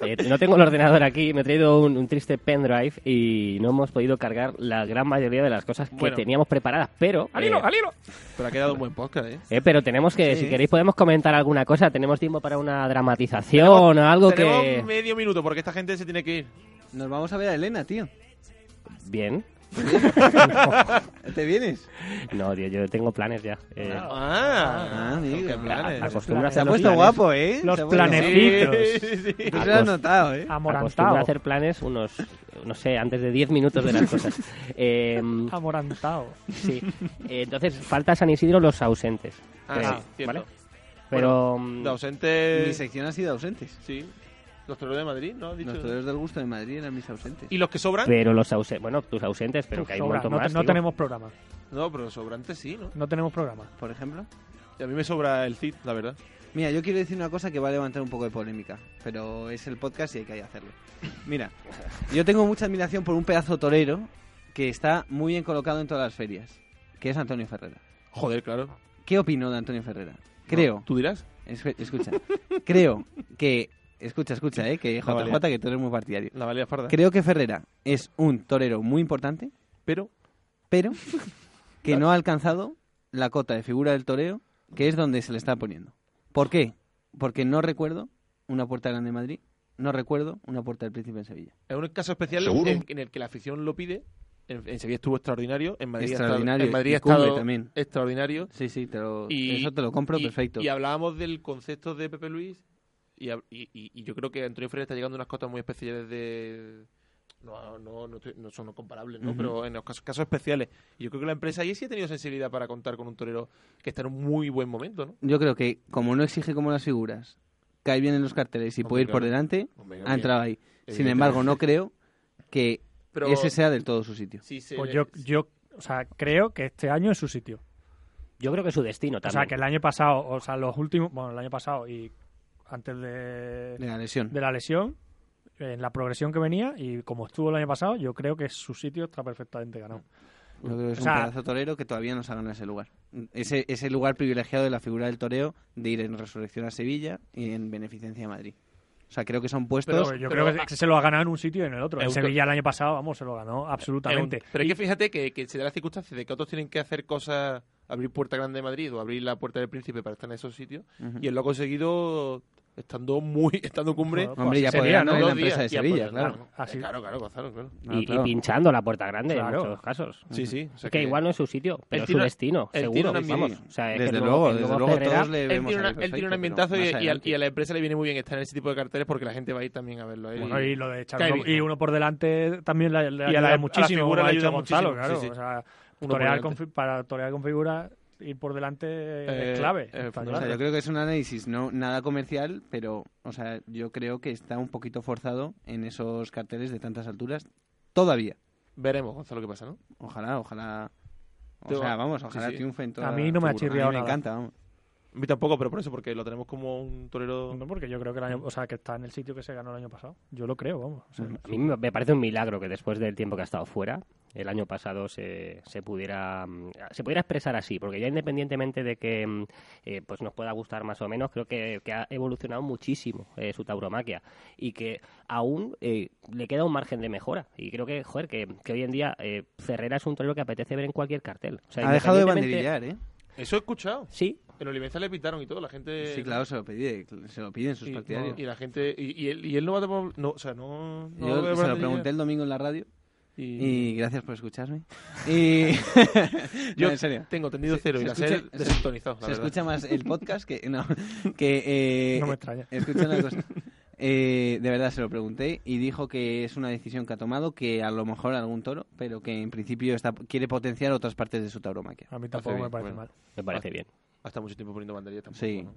S5: eh, no tengo el ordenador aquí, me he traído un, un triste pendrive y no hemos podido cargar la gran mayoría de las cosas que
S2: Bueno.
S5: teníamos preparadas, pero.
S2: ¡Al hilo,
S5: eh,
S2: al hilo! Pero ha quedado un buen podcast, ¿eh?
S5: eh, pero tenemos que,
S2: Sí.
S5: si queréis, podemos comentar alguna cosa. Tenemos tiempo para una dramatización o algo
S2: Tenemos
S5: que.
S2: medio minuto porque esta gente se tiene que ir.
S4: Nos vamos a ver a Elena, tío.
S5: Bien.
S4: ¿Te vienes?
S5: No, tío, yo tengo planes ya. Eh,
S4: Ah, amigo.
S2: qué planes.
S5: acostumbras
S4: Se
S5: a
S4: ha
S5: los
S4: puesto
S5: planes.
S4: guapo, ¿eh?
S3: Los
S4: Se ha puesto-
S3: planecitos.
S4: Tú se lo has notado,
S2: Ah,
S4: ¿eh?
S5: Acostumbro a hacer planes unos, no sé, antes de 10 minutos de las
S4: [LAUGHS]
S5: cosas. Eh,
S3: Amorantado.
S5: sí. Eh, entonces, falta San Isidro los ausentes.
S2: Ah,
S5: Eh,
S2: sí, cierto.
S5: ¿vale? Pero... mm,
S2: De ausentes.
S4: Mi sección ha sido ausentes.
S2: Sí. Los toreros de Madrid, ¿no? Has dicho.
S4: Los toreros del gusto de Madrid eran mis ausentes.
S2: ¿Y los que sobran?
S5: Pero los ausentes... Bueno, tus ausentes, pero
S3: Uf,
S5: que hay
S3: sobra,
S5: un montón
S3: no te-
S5: más.
S3: no
S5: digo.
S3: tenemos programa.
S2: No, pero sobrantes sí, ¿no?
S3: No tenemos programa.
S4: Por ejemplo.
S2: Y a mí me sobra el Cid, la verdad.
S4: Mira, yo quiero decir una cosa que va a levantar un poco de polémica, pero es el podcast y hay que hacerlo. Mira, yo tengo mucha admiración por un pedazo torero que está muy bien colocado en todas las ferias, que es Antonio Ferrera.
S2: Joder, claro.
S4: ¿Qué opinó de Antonio Ferrera? Creo.
S2: ¿Tú dirás?
S4: Es- Escucha, creo que. Escucha, escucha, eh, que
S2: La
S4: JJ,
S2: valía.
S4: que tú eres muy partidario.
S2: La valía parda.
S4: Creo que Ferrera es un torero muy importante,
S2: Pero.
S4: pero que no ha alcanzado la cota de figura del toreo, que es donde se le está poniendo. ¿Por qué? Porque no recuerdo una puerta grande en Madrid, no recuerdo una puerta del Príncipe en Sevilla.
S2: Es un caso especial
S4: Seguro.
S2: en, en el que la afición lo pide. En, en Sevilla estuvo extraordinario. En Madrid ha estado-
S4: Extraordinario,
S2: En Madrid
S4: y
S2: ha estado
S4: cumbre también.
S2: Extraordinario.
S4: Sí, sí, te lo- eso te lo compro
S2: y-
S4: perfecto.
S2: Y hablábamos del concepto de Pepe Luis. Y, hab- y- y- y yo creo que Antonio Freire está llegando a unas cotas muy especiales de. No, no, no, estoy- no son comparables, ¿no?
S4: Ujú.
S2: Pero en los casos, casos especiales. Y yo creo que la empresa ahí sí ha tenido sensibilidad para contar con un torero que está en un muy buen momento, ¿no?
S4: Yo creo que como no exige como las figuras, cae bien en los carteles y
S2: Hombre,
S4: puede ir por
S2: claro.
S4: delante,
S2: Hombre,
S4: ha
S2: claro.
S4: entrado ¿eh? ahí. Sin
S2: Evidentemente.
S4: embargo, no creo [LAUGHS] que
S2: Pero-
S4: ese sea del todo su sitio.
S2: Sí, sí.
S3: Pues yo, yo, o sea, creo que este año es su sitio.
S5: Yo creo que es su destino
S3: O
S5: también.
S3: sea, que el año pasado, o sea, los últimos, bueno, el año pasado y antes de,
S4: De la lesión.
S3: de la lesión, en la progresión que venía y como estuvo el año pasado, yo creo que su sitio está perfectamente ganado.
S4: Yo creo que es
S3: O
S4: un
S3: sea-
S4: pedazo torero que todavía no se ha ganado ese lugar. Ese, ese lugar privilegiado de la figura del toreo de ir en resurrección a Sevilla y en beneficencia a Madrid. O sea, creo que son puestos.
S3: Pero yo creo que se lo ha ganado en un sitio y en el otro.
S4: Es
S3: En
S4: un-
S3: Sevilla el año pasado, vamos, se lo ganó absolutamente.
S2: Es un- Pero es que fíjate que, que se da la circunstancia de que otros tienen que hacer cosas, abrir Puerta Grande de Madrid o abrir la Puerta del Príncipe para estar en esos sitios,
S4: Ujú.
S2: y él lo ha conseguido estando muy [LAUGHS] estando en cumbre.
S4: Bueno, Hombre, pues, ya podría, ¿no? en la
S2: Dos
S4: empresa
S2: días,
S4: de
S2: ya
S4: Sevilla,
S2: podría,
S4: claro.
S2: Así. Claro, claro, Gonzalo, claro.
S5: Y, y pinchando la puerta grande
S2: Claro.
S5: en muchos casos.
S2: Sí, sí, o sea
S5: que,
S2: que-
S5: igual no es su sitio, pero
S2: Él
S5: es su
S2: tiene-
S5: destino,
S2: él
S5: seguro.
S2: tiene una-
S5: vamos. O sea, es
S4: Desde
S5: que
S4: luego,
S5: el
S4: desde
S5: nuevo
S4: luego
S5: Pedrera-
S4: todos le
S2: Él tiene, una-
S4: al
S2: él
S4: perfecto,
S2: tiene un
S4: pero
S2: ambientazo y,
S4: más
S2: y al-
S4: adelante.
S2: y a la empresa le viene muy bien estar en ese tipo de carteles porque la gente va a ir también a verlo. a él
S3: Bueno, y lo de echar
S2: Cae
S3: uno-
S2: bien.
S3: y uno por delante también
S2: Y a
S3: le, le
S2: la-
S3: ayuda
S2: a la
S3: muchísimo.
S2: figura
S3: como
S2: le
S3: ha dicho
S2: ayuda
S3: Gonzalo,
S2: muchísimo,
S3: claro.
S2: sí, sí.
S3: O sea,
S2: Uno por
S3: torear con
S2: delante.
S3: fi- para torear con figura, ir por delante
S2: Eh,
S3: es clave.
S2: eh,
S3: está
S4: O sea,
S3: claro.
S4: yo creo que es un análisis no nada comercial, pero o sea, yo creo que está un poquito forzado en esos carteles de tantas alturas todavía.
S2: Veremos, Gonzalo, qué pasa, ¿no?
S4: Ojalá, ojalá. O
S2: Te-
S4: sea, vamos, ojalá
S2: sí, sí.
S4: triunfe en
S2: A
S4: toda
S3: mí no me ha
S4: seguro.
S3: chirriado
S4: A mí me
S3: nada.
S4: encanta, vamos.
S2: A mí tampoco, pero por eso, porque lo tenemos como un torero.
S3: No, porque yo creo que, el año- o sea, que está en el sitio que se ganó el año pasado. Yo lo creo, vamos. O sea,
S5: A mí me me parece un milagro que después del tiempo que ha estado fuera, el año pasado se, se pudiera mm, se pudiera expresar así, porque ya independientemente de que mm, eh, pues nos pueda gustar más o menos, creo que, que ha evolucionado muchísimo eh, su tauromaquia y que aún eh, le queda un margen de mejora. Y creo que, joder, que, que hoy en día eh, Ferrera es un torero que apetece ver en cualquier cartel. O sea,
S4: ha dejado de
S5: independientemente-
S4: banderillar, ¿eh?
S2: Eso he escuchado.
S5: Sí.
S2: En Olivenza le pitaron y todo, la gente.
S4: Sí, claro, se lo, pide- se lo piden sus
S2: Y,
S4: partidarios.
S2: Eh, y la gente. Y, y él, y él no va a. tomar- No, o sea, no. no va a
S4: Yo
S2: haber
S4: se lo
S2: banderilla.
S4: pregunté el domingo en la radio.
S2: Y-
S4: Y gracias por escucharme. Y...
S2: Yo
S4: en serio.
S2: tengo tendido cero y la
S4: escucha-
S2: sed desintonizado, la
S4: Se
S2: verdad.
S4: escucha más el podcast que. No, que, eh,
S3: No me extraña.
S4: Escucha una
S3: [LAUGHS]
S4: cosa. Eh, de verdad se lo pregunté y dijo que es una decisión que ha tomado, que a lo mejor algún toro, pero que en principio está, quiere potenciar otras partes de su tauromaquia.
S3: a mí
S2: Hace
S3: tampoco me
S2: bien,
S3: parece
S2: bueno.
S3: mal.
S5: Me
S4: Ah.
S5: parece bien.
S2: Hasta mucho tiempo poniendo banderillas tampoco.
S4: Sí.
S2: ¿no?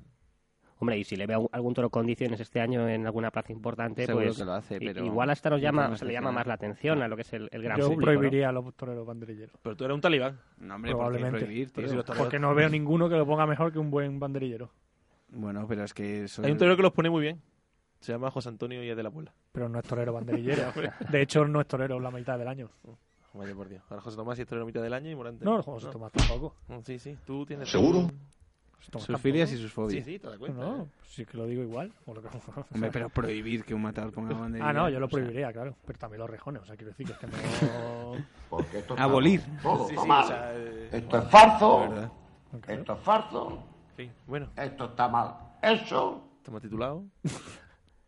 S5: Hombre, y si le veo algún toro condiciones este año en alguna plaza importante,
S4: Seguro
S5: pues
S4: que lo hace,
S5: i-
S4: pero
S5: igual hasta nos
S4: no
S5: llama,
S4: podemos
S5: se le llama
S4: decir nada.
S5: más la atención a lo que es el, el gran
S3: Yo
S5: público. ¿no?
S3: prohibiría a los toreros banderilleros.
S2: Pero tú eres un talibán.
S4: No, hombre, ¿por qué
S3: probablemente.
S4: prohibir, tío?
S2: Pero si los toreros-
S3: Porque no veo ninguno que lo ponga mejor que un buen banderillero.
S4: Bueno, pero es que eso
S2: Hay un torero que los pone muy bien. Se llama José Antonio y es de la Puebla.
S3: Pero no es torero banderillero.
S5: [LAUGHS]
S2: Ya, hombre.
S3: de hecho, no es torero la mitad del año.
S2: Vaya por Dios. Ahora José Tomás y es torero mitad del año y Morante.
S3: No, José Tomás tampoco.
S2: Mm, Sí, sí. Tú tienes.
S16: ¿Seguro?
S3: José Tomás
S4: sus
S3: tampoco.
S4: filias y sus
S2: Sí,
S4: fobias.
S2: sí, te das cuenta.
S3: No,
S2: ¿eh?
S3: sí que lo digo igual. o lo que- o sea,
S4: Hombre, pero prohibir que un matador ponga banderilla.
S3: [LAUGHS] Ah, no, yo lo
S4: o sea,
S3: prohibiría, claro. Pero también los rejones. O sea, quiero decir que es que
S5: [LAUGHS]
S3: no...
S16: Porque esto está
S4: Abolir.
S3: Ah,
S16: Todo
S2: Sí,
S16: está
S2: sí,
S16: mal.
S2: o sea, eh,
S16: Esto es falso.
S4: verdad.
S16: Esto es falso.
S2: sí. Bueno,
S16: Esto está mal. Eso.
S2: estamos
S3: [LAUGHS]
S2: titulados.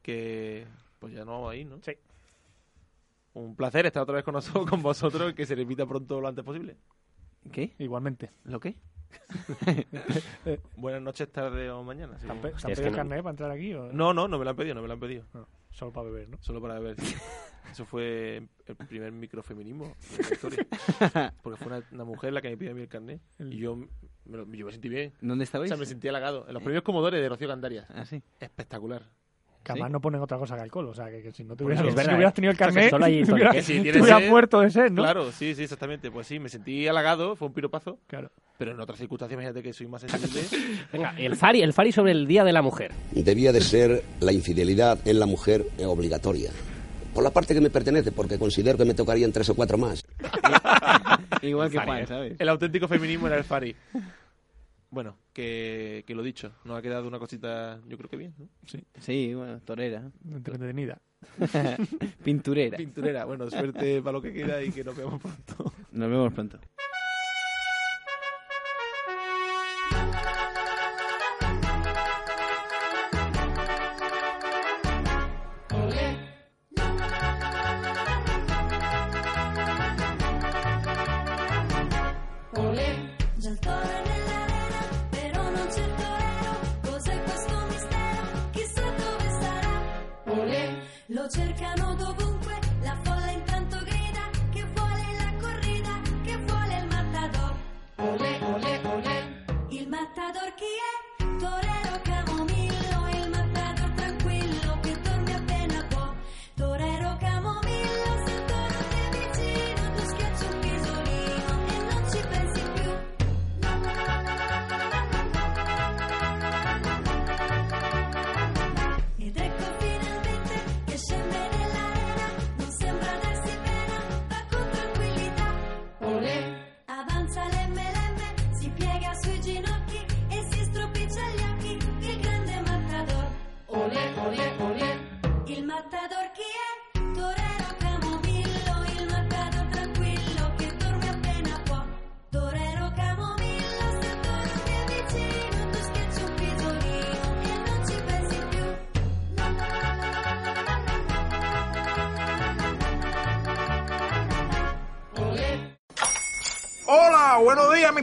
S2: que. Pues ya no vamos ahí, ¿no?
S3: Sí.
S2: Un placer estar otra vez con nosotros, con vosotros, que se repita pronto lo antes posible.
S4: ¿Qué?
S3: Igualmente.
S4: ¿Lo qué?
S2: Buenas noches, tarde o mañana. sí.
S3: ¿Te han, pe- te han
S5: Hostia, es
S3: pedido
S5: que no-
S3: carnet para entrar aquí o...?
S2: No, no, no me lo han pedido, no me lo han pedido.
S3: No, Solo para beber, ¿no?
S2: Solo para ver. [LAUGHS] Eso fue el primer microfeminismo de la historia.
S5: [LAUGHS]
S2: Porque fue una, una mujer la que me pidió a mí el carnet. Y yo me, lo- yo me sentí bien. O
S4: ¿Dónde estabais?
S2: sea, me sentí halagado. En los premios Comodores de Rocío Candaria.
S4: Ah, sí.
S2: Espectacular.
S3: Que además
S4: ¿Sí?
S3: no ponen otra cosa que alcohol. O sea, que, que si no te hubieras,
S5: eso es
S3: si
S5: verdad,
S3: no hubieras
S5: ¿eh?
S3: tenido el
S5: O sea, que
S3: carnet,
S5: solo
S3: [LAUGHS]
S5: hay ¿eh?
S3: te hubieras,
S5: Que
S2: sí,
S3: te
S2: tiene
S3: hubieras
S2: sed.
S3: muerto de sed, ¿no?
S2: Claro, sí, sí, exactamente. Pues sí, me sentí halagado, fue un piropazo.
S3: Claro.
S2: Pero en otras circunstancias, imagínate que soy más sensible. [LAUGHS]
S5: Venga, el Fari, el Fari sobre el Día de la Mujer.
S19: debía de ser la infidelidad en la mujer eh, obligatoria. Por la parte que me pertenece, porque considero que me tocarían tres o cuatro más.
S4: Igual que
S5: Vale,
S4: Juan,
S5: eh.
S4: ¿sabes?
S2: el auténtico feminismo era el Fari. Bueno, que, que lo dicho, nos ha quedado una cosita, yo creo que bien, ¿no?
S4: Sí, bueno, torera.
S3: Entretenida.
S4: Pinturera.
S2: Pinturera, bueno, suerte para lo que queda y que nos veamos pronto.
S4: Nos vemos pronto.
S9: Già il cuore nell'arena, però non c'è il torero. Cos'è questo mistero? Chissà dove sarà. Olè. Lo cercano dovunque, la folla intanto grida che vuole la corrida, che vuole il matador. Olè, olè, olè. Il matador chi è? Torero Camomillo, il matador tranquillo che dorme appena può. Torero Camomillo, se il toro ti è vicino, tu schiacci un pisolino e non ci pensi più. Ed ecco finalmente che scende nell'arena
S21: Hola, buenos días, mi